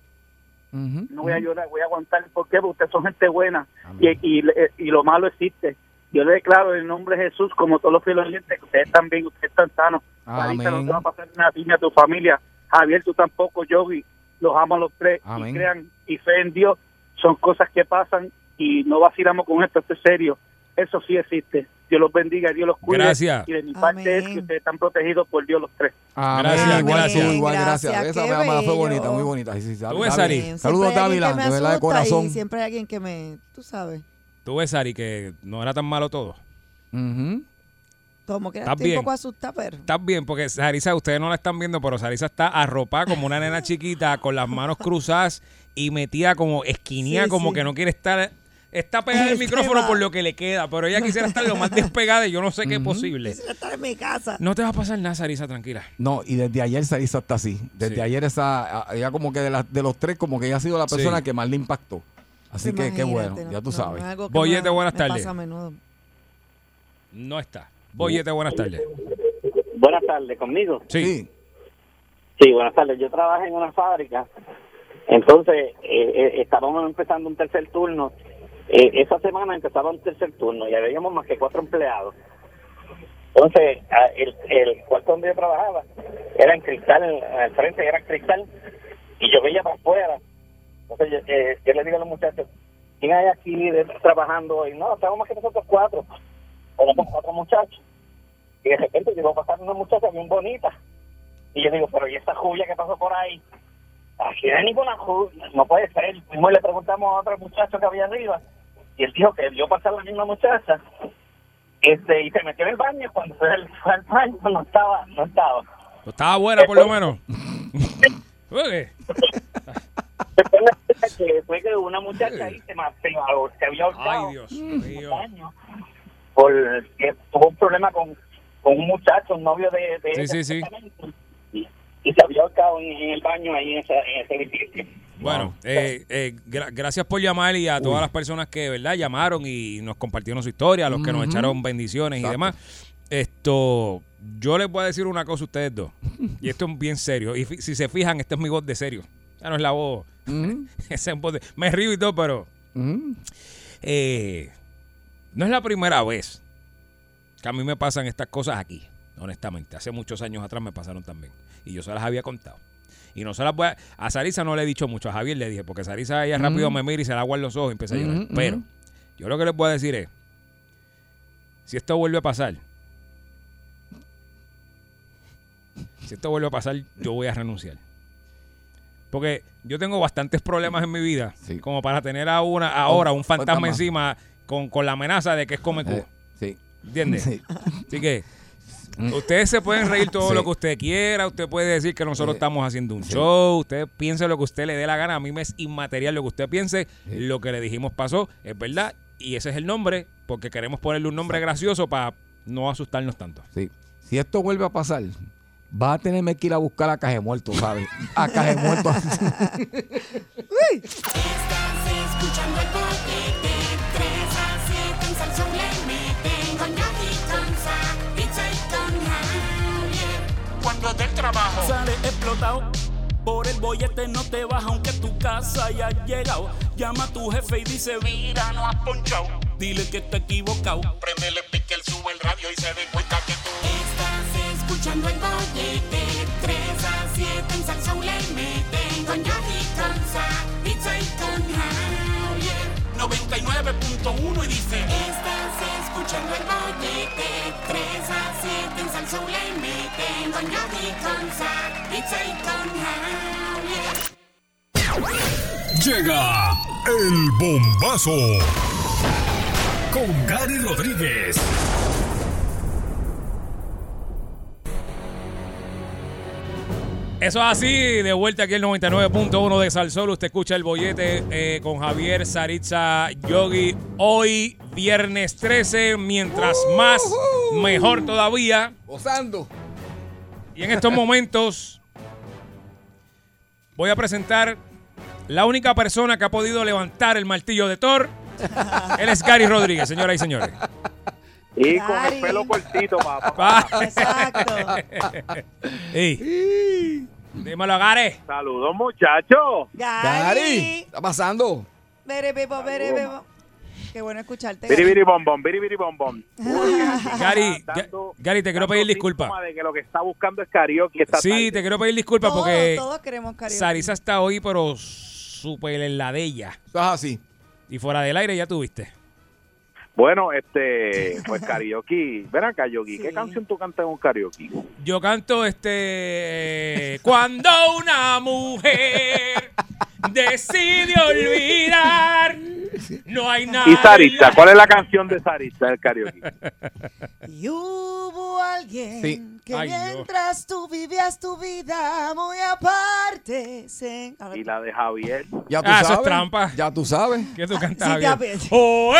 ujú, no voy a ujú. llorar, voy a aguantar. ¿Por qué? Porque ustedes son gente buena y, Amén. y, y lo malo existe. Yo le declaro en el nombre de Jesús, como todos los fieles oyentes, que ustedes están bien, ustedes están sanos. À, Clarita, no Amén. te va a pasar nada a ti ni a tu familia. Javier, tú tampoco, Yogi. Los amo a los tres. Amén. Y crean y fe en Dios. Son cosas que pasan y no vacilamos con esto, esto es serio. Eso sí existe. Dios los bendiga, Dios los cuide. Gracias. Y de mi Amén. parte es que ustedes están protegidos por Dios los tres. Amén, Gracias, igual, gracias. tú, igual, gracias. Gracias, Esa qué llamada fue bello. bonita, muy bonita. Sí, sí, Tú ves, Dávila. Ari. Bien, Saludos, siempre hay alguien Dávila, que me de verdad, de asusta y corazón. Siempre hay alguien que me, tú sabes, Tú ves, Ari, que no era tan malo todo. Ujú. como que Estás estoy bien. un poco asustada, pero Estás bien, porque Sarisa, ustedes no la están viendo, pero Sarisa está arropada como una nena chiquita, con las manos cruzadas y metida como esquinía, Sí, como sí. Este que no quiere estar. Está pegada al El micrófono tema. por lo que le queda, pero ella quisiera estar (laughs) lo más despegada y yo no sé qué es posible. quisiera estar en mi casa. No te va a pasar nada, Sarisa, tranquila. No, y desde ayer Sarisa está así. Desde Sí. ayer esa, a- ella como que de, las- de los tres, como que ella ha sido la Sí. persona que más le impactó. Así que qué bueno, Imagínate, no- ya tú no, sabes. no es algo que Boyete, me- buenas me tardes. pasa a menudo. No está. Boyete, buenas tardes. Buenas tardes, ¿conmigo? Sí. Sí, buenas tardes. Yo trabajo en una fábrica. Entonces, eh, eh, estábamos empezando un tercer turno. Eh, esa semana empezaba un tercer turno y habíamos más que cuatro empleados. Entonces, a- el, el cuarto donde yo trabajaba era en cristal, al frente era cristal, y yo veía para afuera. Entonces, yo, eh, yo le digo a los muchachos, ¿quién hay aquí de- trabajando hoy? No, estamos más que nosotros cuatro. Éramos cuatro muchachos. Y de repente llegó a pasar una muchacha bien bonita. Y yo digo, pero ¿y esa Julia que pasó por ahí? Aquí no hay ninguna Julia, no puede ser. Fuimos y le preguntamos a otro muchacho que había arriba. Y él dijo que vio pasar la misma muchacha. Este, y se metió en el baño. Cuando fue al, fue al baño, no estaba, no estaba. Pues Estaba buena, por lo menos. Ok. Después me enteré que fue que una muchacha ahí se, ma- se, ahor- se había ahorcado Ay, Dios Ừ. mío. baño porque tuvo un problema con, con un muchacho, un novio de, de Sí, ella, sí, sí. exactamente. Y, y se había ahorcado en, en el baño ahí en, esa, en ese edificio. Bueno, eh, eh, gra- gracias por llamar y a todas las personas que, ¿verdad? Llamaron y nos compartieron su historia, a los que nos echaron bendiciones y demás. Esto, yo les voy a decir una cosa a ustedes dos. Y esto es bien serio. Y fi- si se fijan, esta es mi voz de serio. Ya no es la voz. Ujú, (laughs) esa es voz de- Me río y todo, pero ujú. eh, no es la primera vez que a mí me pasan estas cosas aquí, honestamente. Hace muchos años atrás me pasaron también. Y yo se las había contado. Y no se las voy a... A Sarisa no le he dicho mucho, a Javier le dije, porque Sarisa ella rápido me mira y se la agua en los ojos y empieza a llorar. Ujú, ujú. Pero yo lo que les voy a decir es, si esto vuelve a pasar, si esto vuelve a pasar, yo voy a renunciar. Porque yo tengo bastantes problemas en mi vida, Sí. como para tener a una, ahora un fantasma, fantasma. encima con, con la amenaza de que es come Eh, sí. ¿Entiendes? Sí. Así que ustedes se pueden reír todo Sí. lo que usted quiera, usted puede decir que nosotros Sí. estamos haciendo un Sí. show, usted piense lo que usted le dé la gana, a mí me es inmaterial lo que usted piense, Sí. lo que le dijimos pasó, es verdad, y ese es el nombre, porque queremos ponerle un nombre gracioso para no asustarnos tanto. Sí. Si esto vuelve a pasar, vas a tenerme que ir a buscar a Caje Muerto, ¿sabes? (laughs) A Caje Muerto. Estás escuchando el podcast trabajo. Sale explotado. Por el bollete no te vas aunque a tu casa hayas llegado. Llama a tu jefe y dice, mira, no has ponchado. Dile que está equivocado. Prendele pique, él sube el radio y se dé cuenta que tú... Estás escuchando el bollete, 3 a 7 en salsa le meten con Yogi, con Sa, pizza y con Javier. 99.1 y dice... Estás escuchando el bollete, 3 a 7 en salsa le meten con Yogi, con Sa, pizza y con Javier. Llega el bombazo con Gary Rodríguez. Eso es así, de vuelta aquí el 99.1 de Salsol. Usted escucha el bollete eh, con Javier Saritza Yogi hoy, viernes 13. Mientras más, mejor todavía. Gozando. Y en estos momentos voy a presentar la única persona que ha podido levantar el martillo de Thor. Él es Gary Rodríguez, señoras (laughs) y señores. Y con el pelo cortito, papá. Pa- Ey. Dímelo, Gary. Saludos, muchachos. Gary, está pasando. Bere, bebo, bere, bebo. Qué bueno escucharte. Biri, biri, bom, bom, biri, biri, bom, bom. (laughs) Gary, Ga- Gary, te quiero pedir disculpas. Toma de que lo que está buscando es karaoke esta tarde. Sí, te quiero pedir disculpas Todos, porque todos queremos cariño. Sarisa está hoy, pero súper en la de ella. así. Y fuera del aire ya tuviste. Bueno, este, pues karaoke. Ven acá, Yogi, ¿qué canción tú cantas en un karaoke? Yo canto este. Cuando una mujer decide olvidar, no hay nada. Y Saritza, ¿cuál es la canción de Saritza del karaoke? Y hubo alguien Sí. que Ay, Dios. mientras tú vivías tu vida muy aparte, se... Ahora- Y la de Javier. Ya tú Ah, sabes. eso es trampa. Ya tú sabes. ¿Qué tú Sí, te cantas? Javier? apetece. ¡Oe!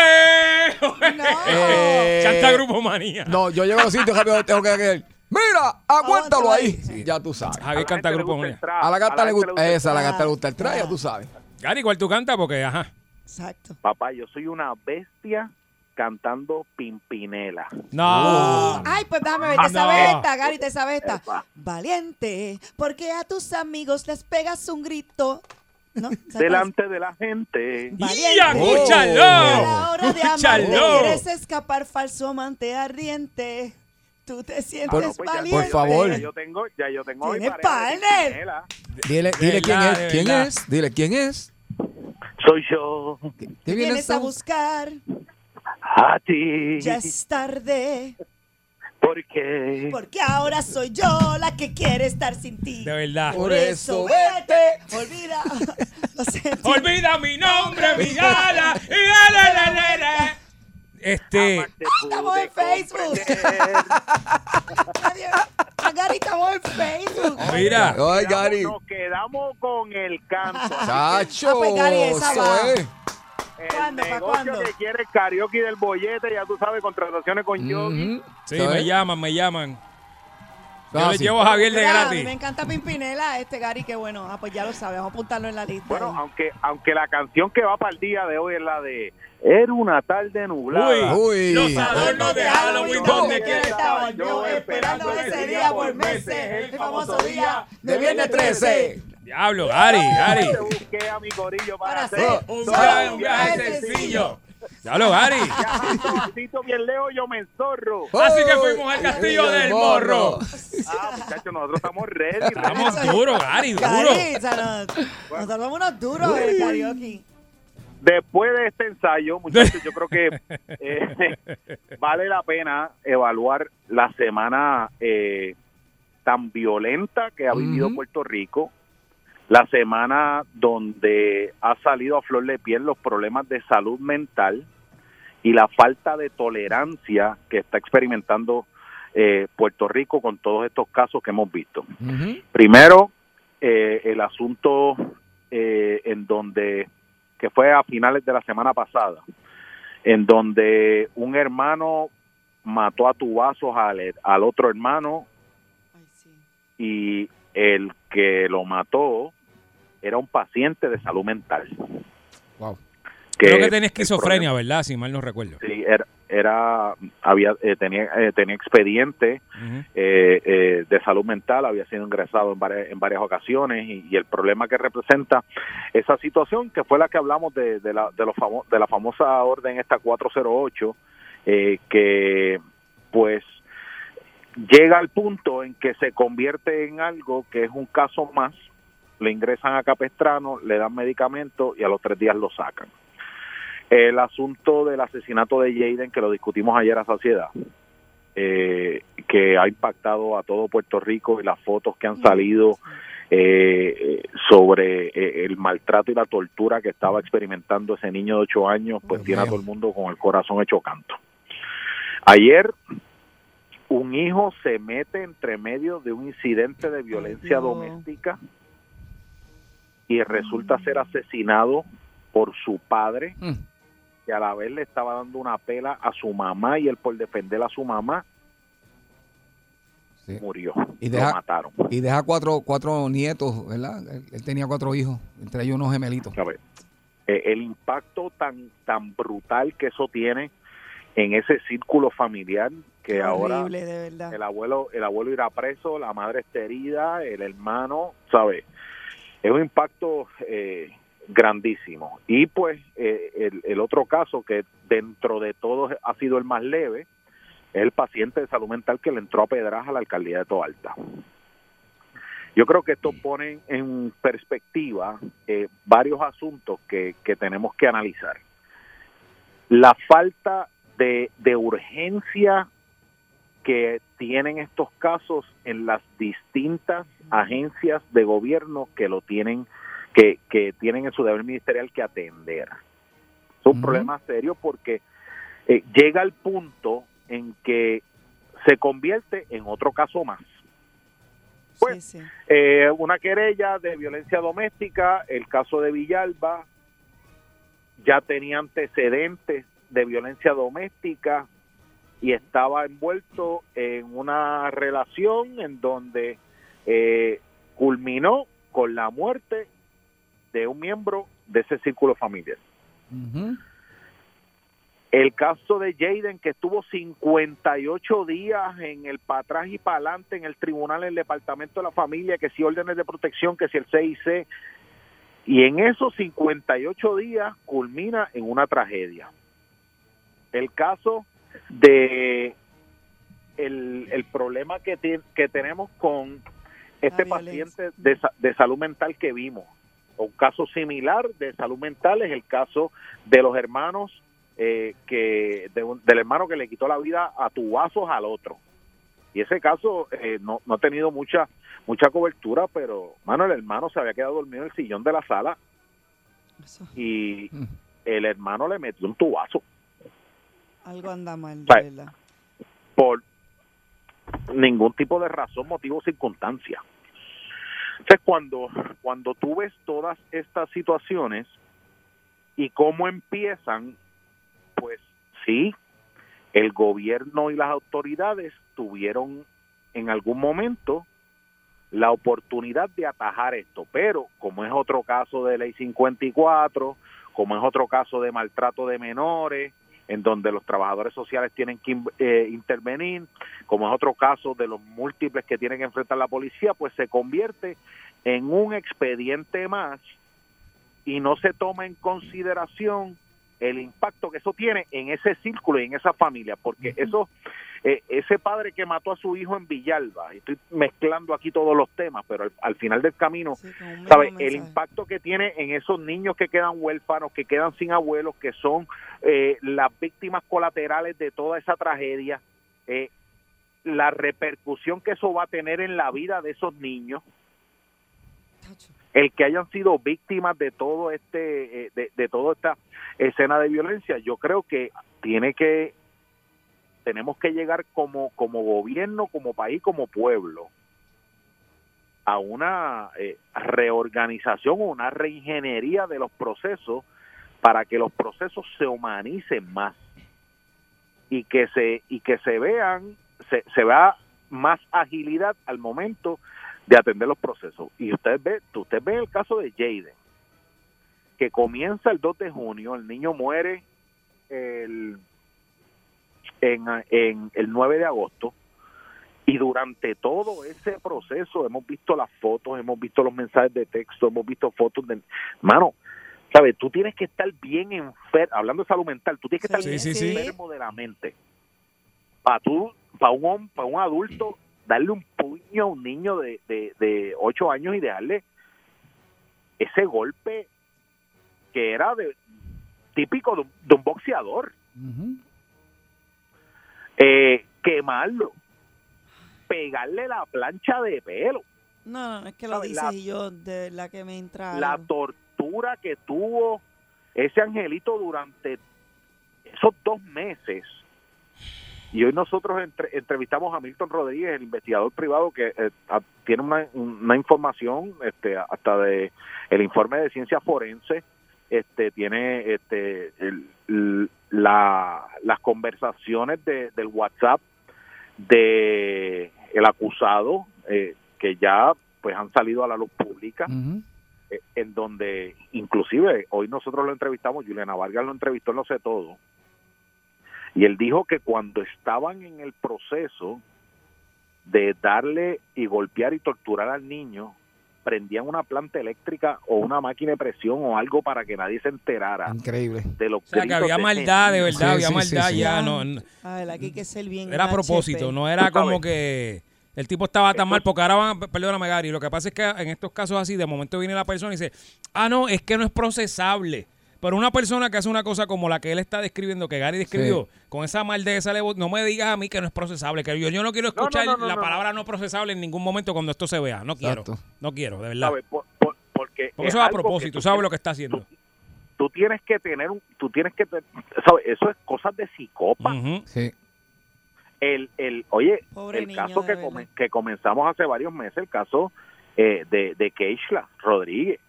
oe. (laughs) Eh, Canta Grupo Manía. No, yo llego a los sitios, Javier, tengo que creer. Mira, aguántalo ahí. Ya tú sabes. Javier canta Grupo Ah, Manía. A la gata le gusta. Esa, a la gata trap. le gusta el traje, ya tú sabes. Gary, ¿cuál tú cantas? Porque, ajá. Exacto. Papá, yo soy una bestia (laughs) cantando Pimpinela. No. Oh. Ay, pues dame, Ah, ver, te No. sabes esta, Gary, te sabes esta. Valiente, porque a tus amigos les pegas un grito. ¿No? ¿Sabes? Delante de la gente. Valiente. ¡Ya, Oh. escúchalo! A la hora de amarte ¡Escúchalo! quieres escapar, falso amante ardiente. Tú te sientes Bueno, pues ya- valiente. Por favor. Ya yo tengo, ya yo tengo a mi Tienes pareja de partner. Pimpinela. Dile, dile quién verdad, es. de ¿Quién verdad. Oh, es? Dile quién es. Soy yo ¿Qué Vienes a buscar, a ti. ya es tarde, Porque porque ahora soy yo la que quiere estar sin ti. De verdad. Por eso, vete, olvida. No sé, Olvida (laughs) mi nombre, mi gala. y la, la, la, la, la. Este, jamás te estamos pude en Facebook. Adiós. A Gary estamos en Facebook. mira, Ay, comprender. Gary. Nos quedamos con el canto. Ah, (laughs) Chacho. pues, Gary, esa eso va. es. El ¿Cuándo, pa' negocio cuándo? que quiere el karaoke del bollete, ya tú sabes, contrataciones con Yogi. Ujú. sí, ¿Sabes? me llaman, me llaman. Ah, Yo les sí. llevo a Javier de Mira, a mí me gratis. encanta Pimpinela, este Gary, que bueno. Ah, pues ya lo sabes, vamos a apuntarlo en la lista. Bueno, aunque aunque la canción que va para el día de hoy es la de Era una tarde nublada. Uy. (laughs) Los adornos de Halloween, donde quiera estaba yo esperando ese día por meses, el famoso día De viernes 13. Diablo, Gary, Gary. Te busqué a mi corillo para Para hacer hacer Un Solo viaje, un viaje sencillo. (laughs) Diablo, Gary. Tito bien lejos, yo me enzorro. Así que fuimos al castillo del morro. Ah, muchachos, nosotros estamos ready. Estamos duros, Gary, Gary, duro. o sea, nos, nos tomamos unos duros en el karaoke. Después de este ensayo, muchachos, yo creo que eh, vale la pena evaluar la semana eh, tan violenta que ha vivido Ujú. Puerto Rico, la semana donde ha salido a flor de piel los problemas de salud mental y la falta de tolerancia que está experimentando eh, Puerto Rico con todos estos casos que hemos visto. Ujú. Primero, eh, el asunto eh, en donde, que fue a finales de la semana pasada, en donde un hermano mató a tubazos al, al otro hermano y el que lo mató era un paciente de salud mental. Wow. Creo que el tenía esquizofrenia, problema- ¿verdad? Si mal no recuerdo. Sí, era, era había eh, tenía eh, tenía expediente eh, eh, de salud mental, había sido ingresado en varias, en varias ocasiones y, y el problema que representa esa situación, que fue la que hablamos de, de, la, de, los famo- de la famosa orden esta 408, eh, que pues llega al punto en que se convierte en algo que es un caso más, le ingresan a Capestrano, le dan medicamento y a los tres días lo sacan. El asunto del asesinato de Jaden, que lo discutimos ayer a saciedad, eh, que ha impactado a todo Puerto Rico y las fotos que han salido eh, eh, sobre eh, el maltrato y la tortura que estaba experimentando ese niño de ocho años, pues tiene a todo el mundo con el corazón hecho canto. Ayer un hijo se mete entre medio de un incidente de violencia doméstica y resulta ser asesinado por su padre, Mm. que a la vez le estaba dando una pela a su mamá y él por defender a su mamá murió. Y Lo deja, mataron. y deja cuatro, cuatro nietos, ¿verdad? Él, él tenía cuatro hijos, entre ellos unos gemelitos. Eh, el impacto tan, tan brutal que eso tiene en ese círculo familiar que ahora Horrible, de verdad. el abuelo el abuelo irá preso la madre está herida el hermano sabe es un impacto eh, grandísimo y pues eh, el, el otro caso que dentro de todos ha sido el más leve es el paciente de salud mental que le entró a pedras a la alcaldía de Toalta yo creo que esto pone en perspectiva eh, varios asuntos que, que tenemos que analizar la falta de, de urgencia que tienen estos casos en las distintas agencias de gobierno que lo tienen que, que tienen en su deber ministerial que atender. Es un problema serio porque eh, llega al punto en que se convierte en otro caso más. Pues, eh, una querella de violencia doméstica, el caso de Villalba, ya tenía antecedentes de violencia doméstica y estaba envuelto en una relación en donde eh, culminó con la muerte de un miembro de ese círculo familiar. El caso de Jaden, que estuvo 58 días en el para atrás y para adelante en el tribunal, en el departamento de la familia, que si órdenes de protección, que si el CIC. Y en esos 58 días culmina en una tragedia. El caso de el, el problema que, ti- que tenemos con este paciente de, sa- de salud mental que vimos. Un caso similar de salud mental es el caso de los hermanos eh, que de un- del hermano que le quitó la vida a tubazos al otro. Y ese caso eh, no, no ha tenido mucha mucha cobertura, pero mano, el hermano se había quedado dormido en el sillón de la sala y el hermano le metió un tubazo. Algo anda mal, de Vale. verdad. por ningún tipo de razón, motivo o circunstancia. Entonces, cuando, cuando tú ves todas estas situaciones y cómo empiezan, pues sí, el gobierno y las autoridades tuvieron en algún momento la oportunidad de atajar esto, pero como es otro caso de ley 54, como es otro caso de maltrato de menores, en donde los trabajadores sociales tienen que in- eh, intervenir, como es otro caso de los múltiples que tienen que enfrentar la policía, pues se convierte en un expediente más y no se toma en consideración el impacto que eso tiene en ese círculo y en esa familia, porque eso, eh, ese padre que mató a su hijo en Villalba, y estoy mezclando aquí todos los temas, pero al, al final del camino, ¿sabe? El impacto que tiene en esos niños que quedan huérfanos, que quedan sin abuelos, que son eh, las víctimas colaterales de toda esa tragedia, eh, la repercusión que eso va a tener en la vida de esos niños, el que hayan sido víctimas de todo este, eh, de, de toda esta escena de violencia, yo creo que tiene que, tenemos que llegar como, como gobierno, como país, como pueblo, a una eh, reorganización o una reingeniería de los procesos para que los procesos se humanicen más y que se y que se vean se, se vea más agilidad al momento de atender los procesos y usted ve usted ve el caso de Jaden que comienza el 2 de junio el niño muere el en, en el 9 de agosto y durante todo ese proceso hemos visto las fotos, hemos visto los mensajes de texto, hemos visto fotos de... Mano, ¿sabes? Tú tienes que estar bien enfermo, hablando de salud mental, tú tienes que estar Sí, bien sí, sí. enfermo de la mente. Para tú, para un, hom- pa' un adulto, darle un puño a un niño de, de, de 8 años y dejarle ese golpe que era de, típico de un- de un boxeador eh, quemarlo, pegarle la plancha de pelo, No, no, es que lo ¿Sabes? dices La- y yo de la que me entra. la algo. tortura que tuvo ese angelito durante esos dos meses. Y hoy nosotros entre- entrevistamos a Milton Rodríguez, el investigador privado que eh, a- tiene una, una información este, hasta de el informe de ciencia forense, este tiene este el- l- la- las conversaciones de- del WhatsApp de el acusado eh, que ya pues han salido a la luz pública eh, en donde inclusive hoy nosotros lo entrevistamos, Juliana Vargas lo entrevistó en Lo Sé Todo, y él dijo que cuando estaban en el proceso de darle y golpear y torturar al niño, prendían una planta eléctrica o una máquina de presión o algo para que nadie se enterara Increíble. de los O sea, que gritos había de maldad, de niño. verdad, había maldad ya. No, no- Ay, la Ah, que hay que ser bien. era a HP. propósito, no era como que el tipo estaba tan mal, porque ahora van, perdóname Gary, lo que pasa es que en estos casos así, de momento viene la persona y dice, ah, no, es que no es procesable. Pero una persona que hace una cosa como la que él está describiendo, que Gary describió, con esa maldad, esa levo- no me digas a mí que no es procesable, que yo, yo no quiero escuchar no, no, la no, no. palabra no procesable en ningún momento cuando esto se vea, no quiero, Exacto. no quiero, de verdad. ¿Sabes? Por- porque Porque es eso es a algo que propósito, tú- sabes lo que está haciendo. Tú tienes que tener un, tú tienes que, te- ¿sabes? Eso es cosas de psicópata. el, el oye, Pobre el niño, caso de que, verdad. come- que comenzamos hace varios meses, el caso eh, de, de Keishla Rodríguez,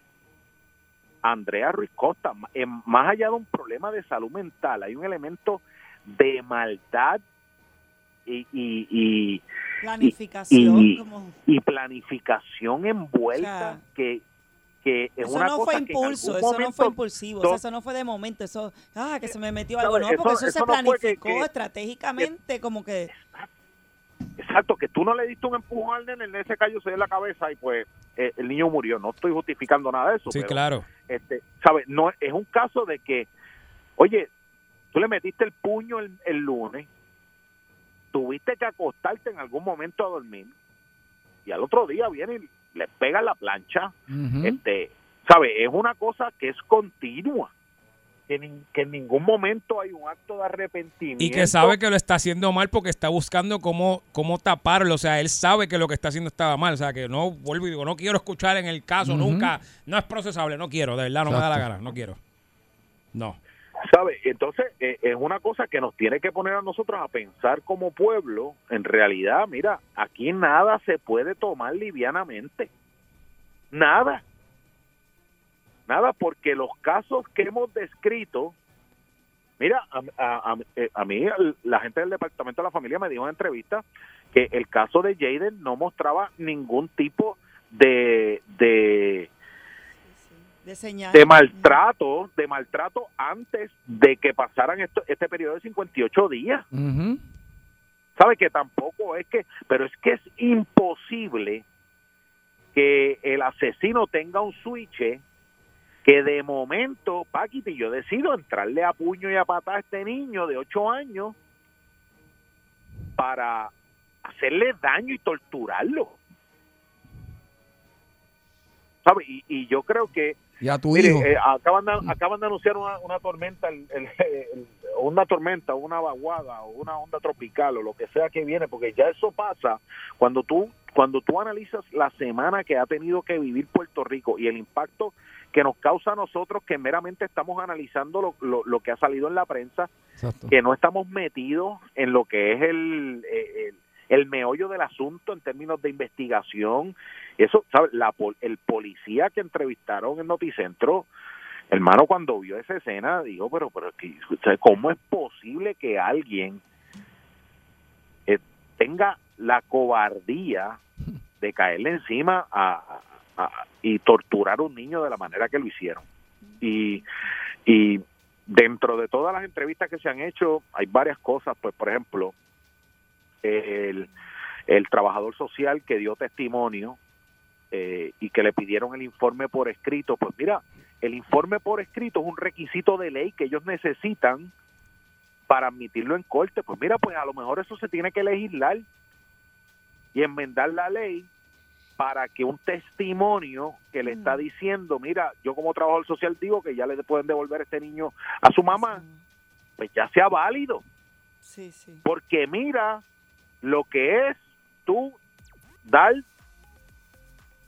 Andrea Ruiz Costa, ma- en- más allá de un problema de salud mental, hay un elemento de maldad y, y, y- Planificación. y- como, y planificación envuelta O sea, que, que es eso una no cosa fue que en impulso, algún eso no fue momento impulsivo, no- o sea, eso no fue de momento, eso, ah, que se me metió No, algo, no, eso- porque eso, eso se no fue que- planificó que- estratégicamente, como que, Exacto, que tú no le diste un empujón al nene, el nene se cayó, se dio en la cabeza y pues eh, el niño murió. No estoy justificando nada de eso. Sí, pero, claro. Este, ¿sabes? No, es un caso de que, oye, tú le metiste el puño el, el lunes, tuviste que acostarte en algún momento a dormir y al otro día viene y le pega la plancha. este, ¿Sabes? Es una cosa que es continua. Que, nin- que en ningún momento hay un acto de arrepentimiento. Y que sabe que lo está haciendo mal porque está buscando cómo, cómo taparlo. O sea, él sabe que lo que está haciendo estaba mal. O sea, que no vuelvo y digo, no quiero escuchar en el caso Ujú. nunca. No es procesable, no quiero. De verdad, no me da la Exacto. gana, no quiero. No. ¿Sabe? Entonces, eh, es una cosa que nos tiene que poner a nosotros a pensar como pueblo, en realidad, mira, aquí nada se puede tomar livianamente. Nada. Nada, porque los casos que hemos descrito, mira, a, a- a- eh, a mí el- la gente del Departamento de la Familia me dijo en entrevista que el caso de Jaden no mostraba ningún tipo de, de, de señal. de maltrato, de maltrato antes de que pasaran esto, este periodo de 58 días. ¿Sabe que tampoco es que, pero es que es imposible que el asesino tenga un switch que de momento, Paquita, y yo decido entrarle a puño y a patada a este niño de 8 años para hacerle daño y torturarlo. ¿Sabe? Y, y yo creo que Y a tu Mire, hijo. Mm. eh, acaban, de, acaban de anunciar una, una tormenta, el- el- el- una tormenta, una vaguada o una onda tropical o lo que sea que viene, porque ya eso pasa cuando tú cuando tú analizas la semana que ha tenido que vivir Puerto Rico y el impacto que nos causa a nosotros, que meramente estamos analizando lo, lo- lo que ha salido en la prensa, que no estamos metidos en lo que es el, eh, el, el meollo del asunto en términos de investigación. Eso, ¿sabes? La, pol- el policía que entrevistaron en Noticentro, hermano, cuando vio esa escena, dijo, pero, pero es que, o sea, ¿cómo es posible que alguien eh, tenga la cobardía de caerle encima a- a- a- y torturar a un niño de la manera que lo hicieron? Y, y Dentro de todas las entrevistas que se han hecho, hay varias cosas, pues por ejemplo, el, el trabajador social que dio testimonio eh, y que le pidieron el informe por escrito, pues mira, el informe por escrito es un requisito de ley que ellos necesitan para admitirlo en corte. Pues mira, pues a lo mejor eso se tiene que legislar y enmendar la ley para que un testimonio que le Mm. está diciendo, mira, yo como trabajador social digo que ya le pueden devolver este niño a su mamá, pues ya sea válido. Sí, sí. Porque mira lo que es tú dar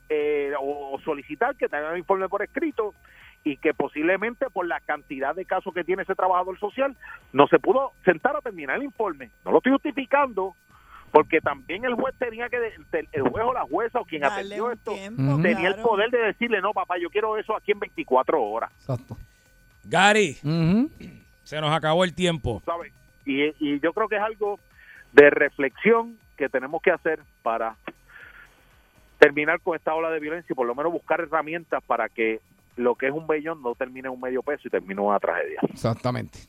eh, o solicitar que te hagan un informe por escrito y que posiblemente por la cantidad de casos que tiene ese trabajador social no se pudo sentar a terminar el informe. No lo estoy justificando porque también el juez tenía que, de- el juez o la jueza o quien Dale atendió un esto, tiempo, tenía el claro. poder de decirle, no papá, yo quiero eso aquí en 24 horas. Gary, se nos acabó el tiempo. ¿sabes? Y, y yo creo que es algo de reflexión que tenemos que hacer para terminar con esta ola de violencia y por lo menos buscar herramientas para que lo que es un bellón no termine en un medio peso y termine en una tragedia. Exactamente.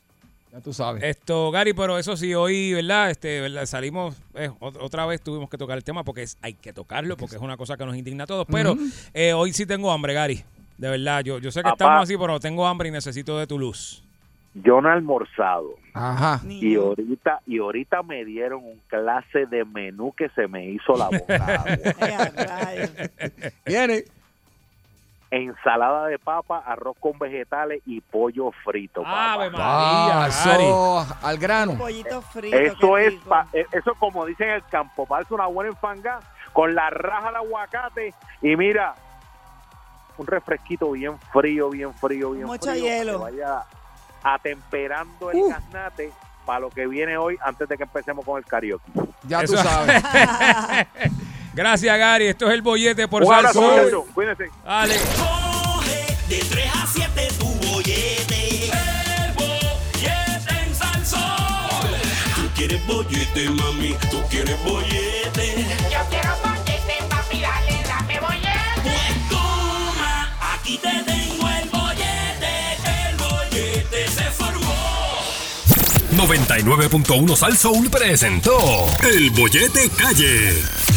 Ya tú sabes. Esto, Gary, pero eso sí, hoy, ¿verdad? Este, ¿verdad? Salimos, eh, ot- otra vez tuvimos que tocar el tema porque es- hay que tocarlo, porque es una cosa que nos indigna a todos. Pero Ujú. eh, hoy sí tengo hambre, Gary. De verdad, yo, yo sé que Papá. estamos así, pero tengo hambre y necesito de tu luz. Yo no he almorzado. Ajá. Y ahorita, y ahorita me dieron un clase de menú que se me hizo (laughs) la boca. Viene. Ensalada de papa, arroz con vegetales y pollo frito. Ave papá. Ah, eso, al grano. Pollito frito. Eso qué es, rico. pa- eh, eso como dicen en el campo, parece una buena enfangada con la raja de aguacate y mira, un refresquito bien frío, bien frío, bien Mucho frío. que hielo. Uh. vaya atemperando el gaznate para lo que viene hoy antes de que empecemos con el karaoke. Ya (laughs) tú sabes. (laughs) Gracias, Gary. Esto es el bollete por Ah, Un abrazo, Salsón. muchachos. Cuídense. Dale. De 3 a 7 tu bollete. El bollete en salsón. Tú quieres bollete, mami. Tú quieres bollete. Yo quiero bollete, papi, dale, dame bollete. Pues Toma, aquí te tengo el bollete. El bollete se formó. 99.1 Sal Soul presentó El Bollete Calle.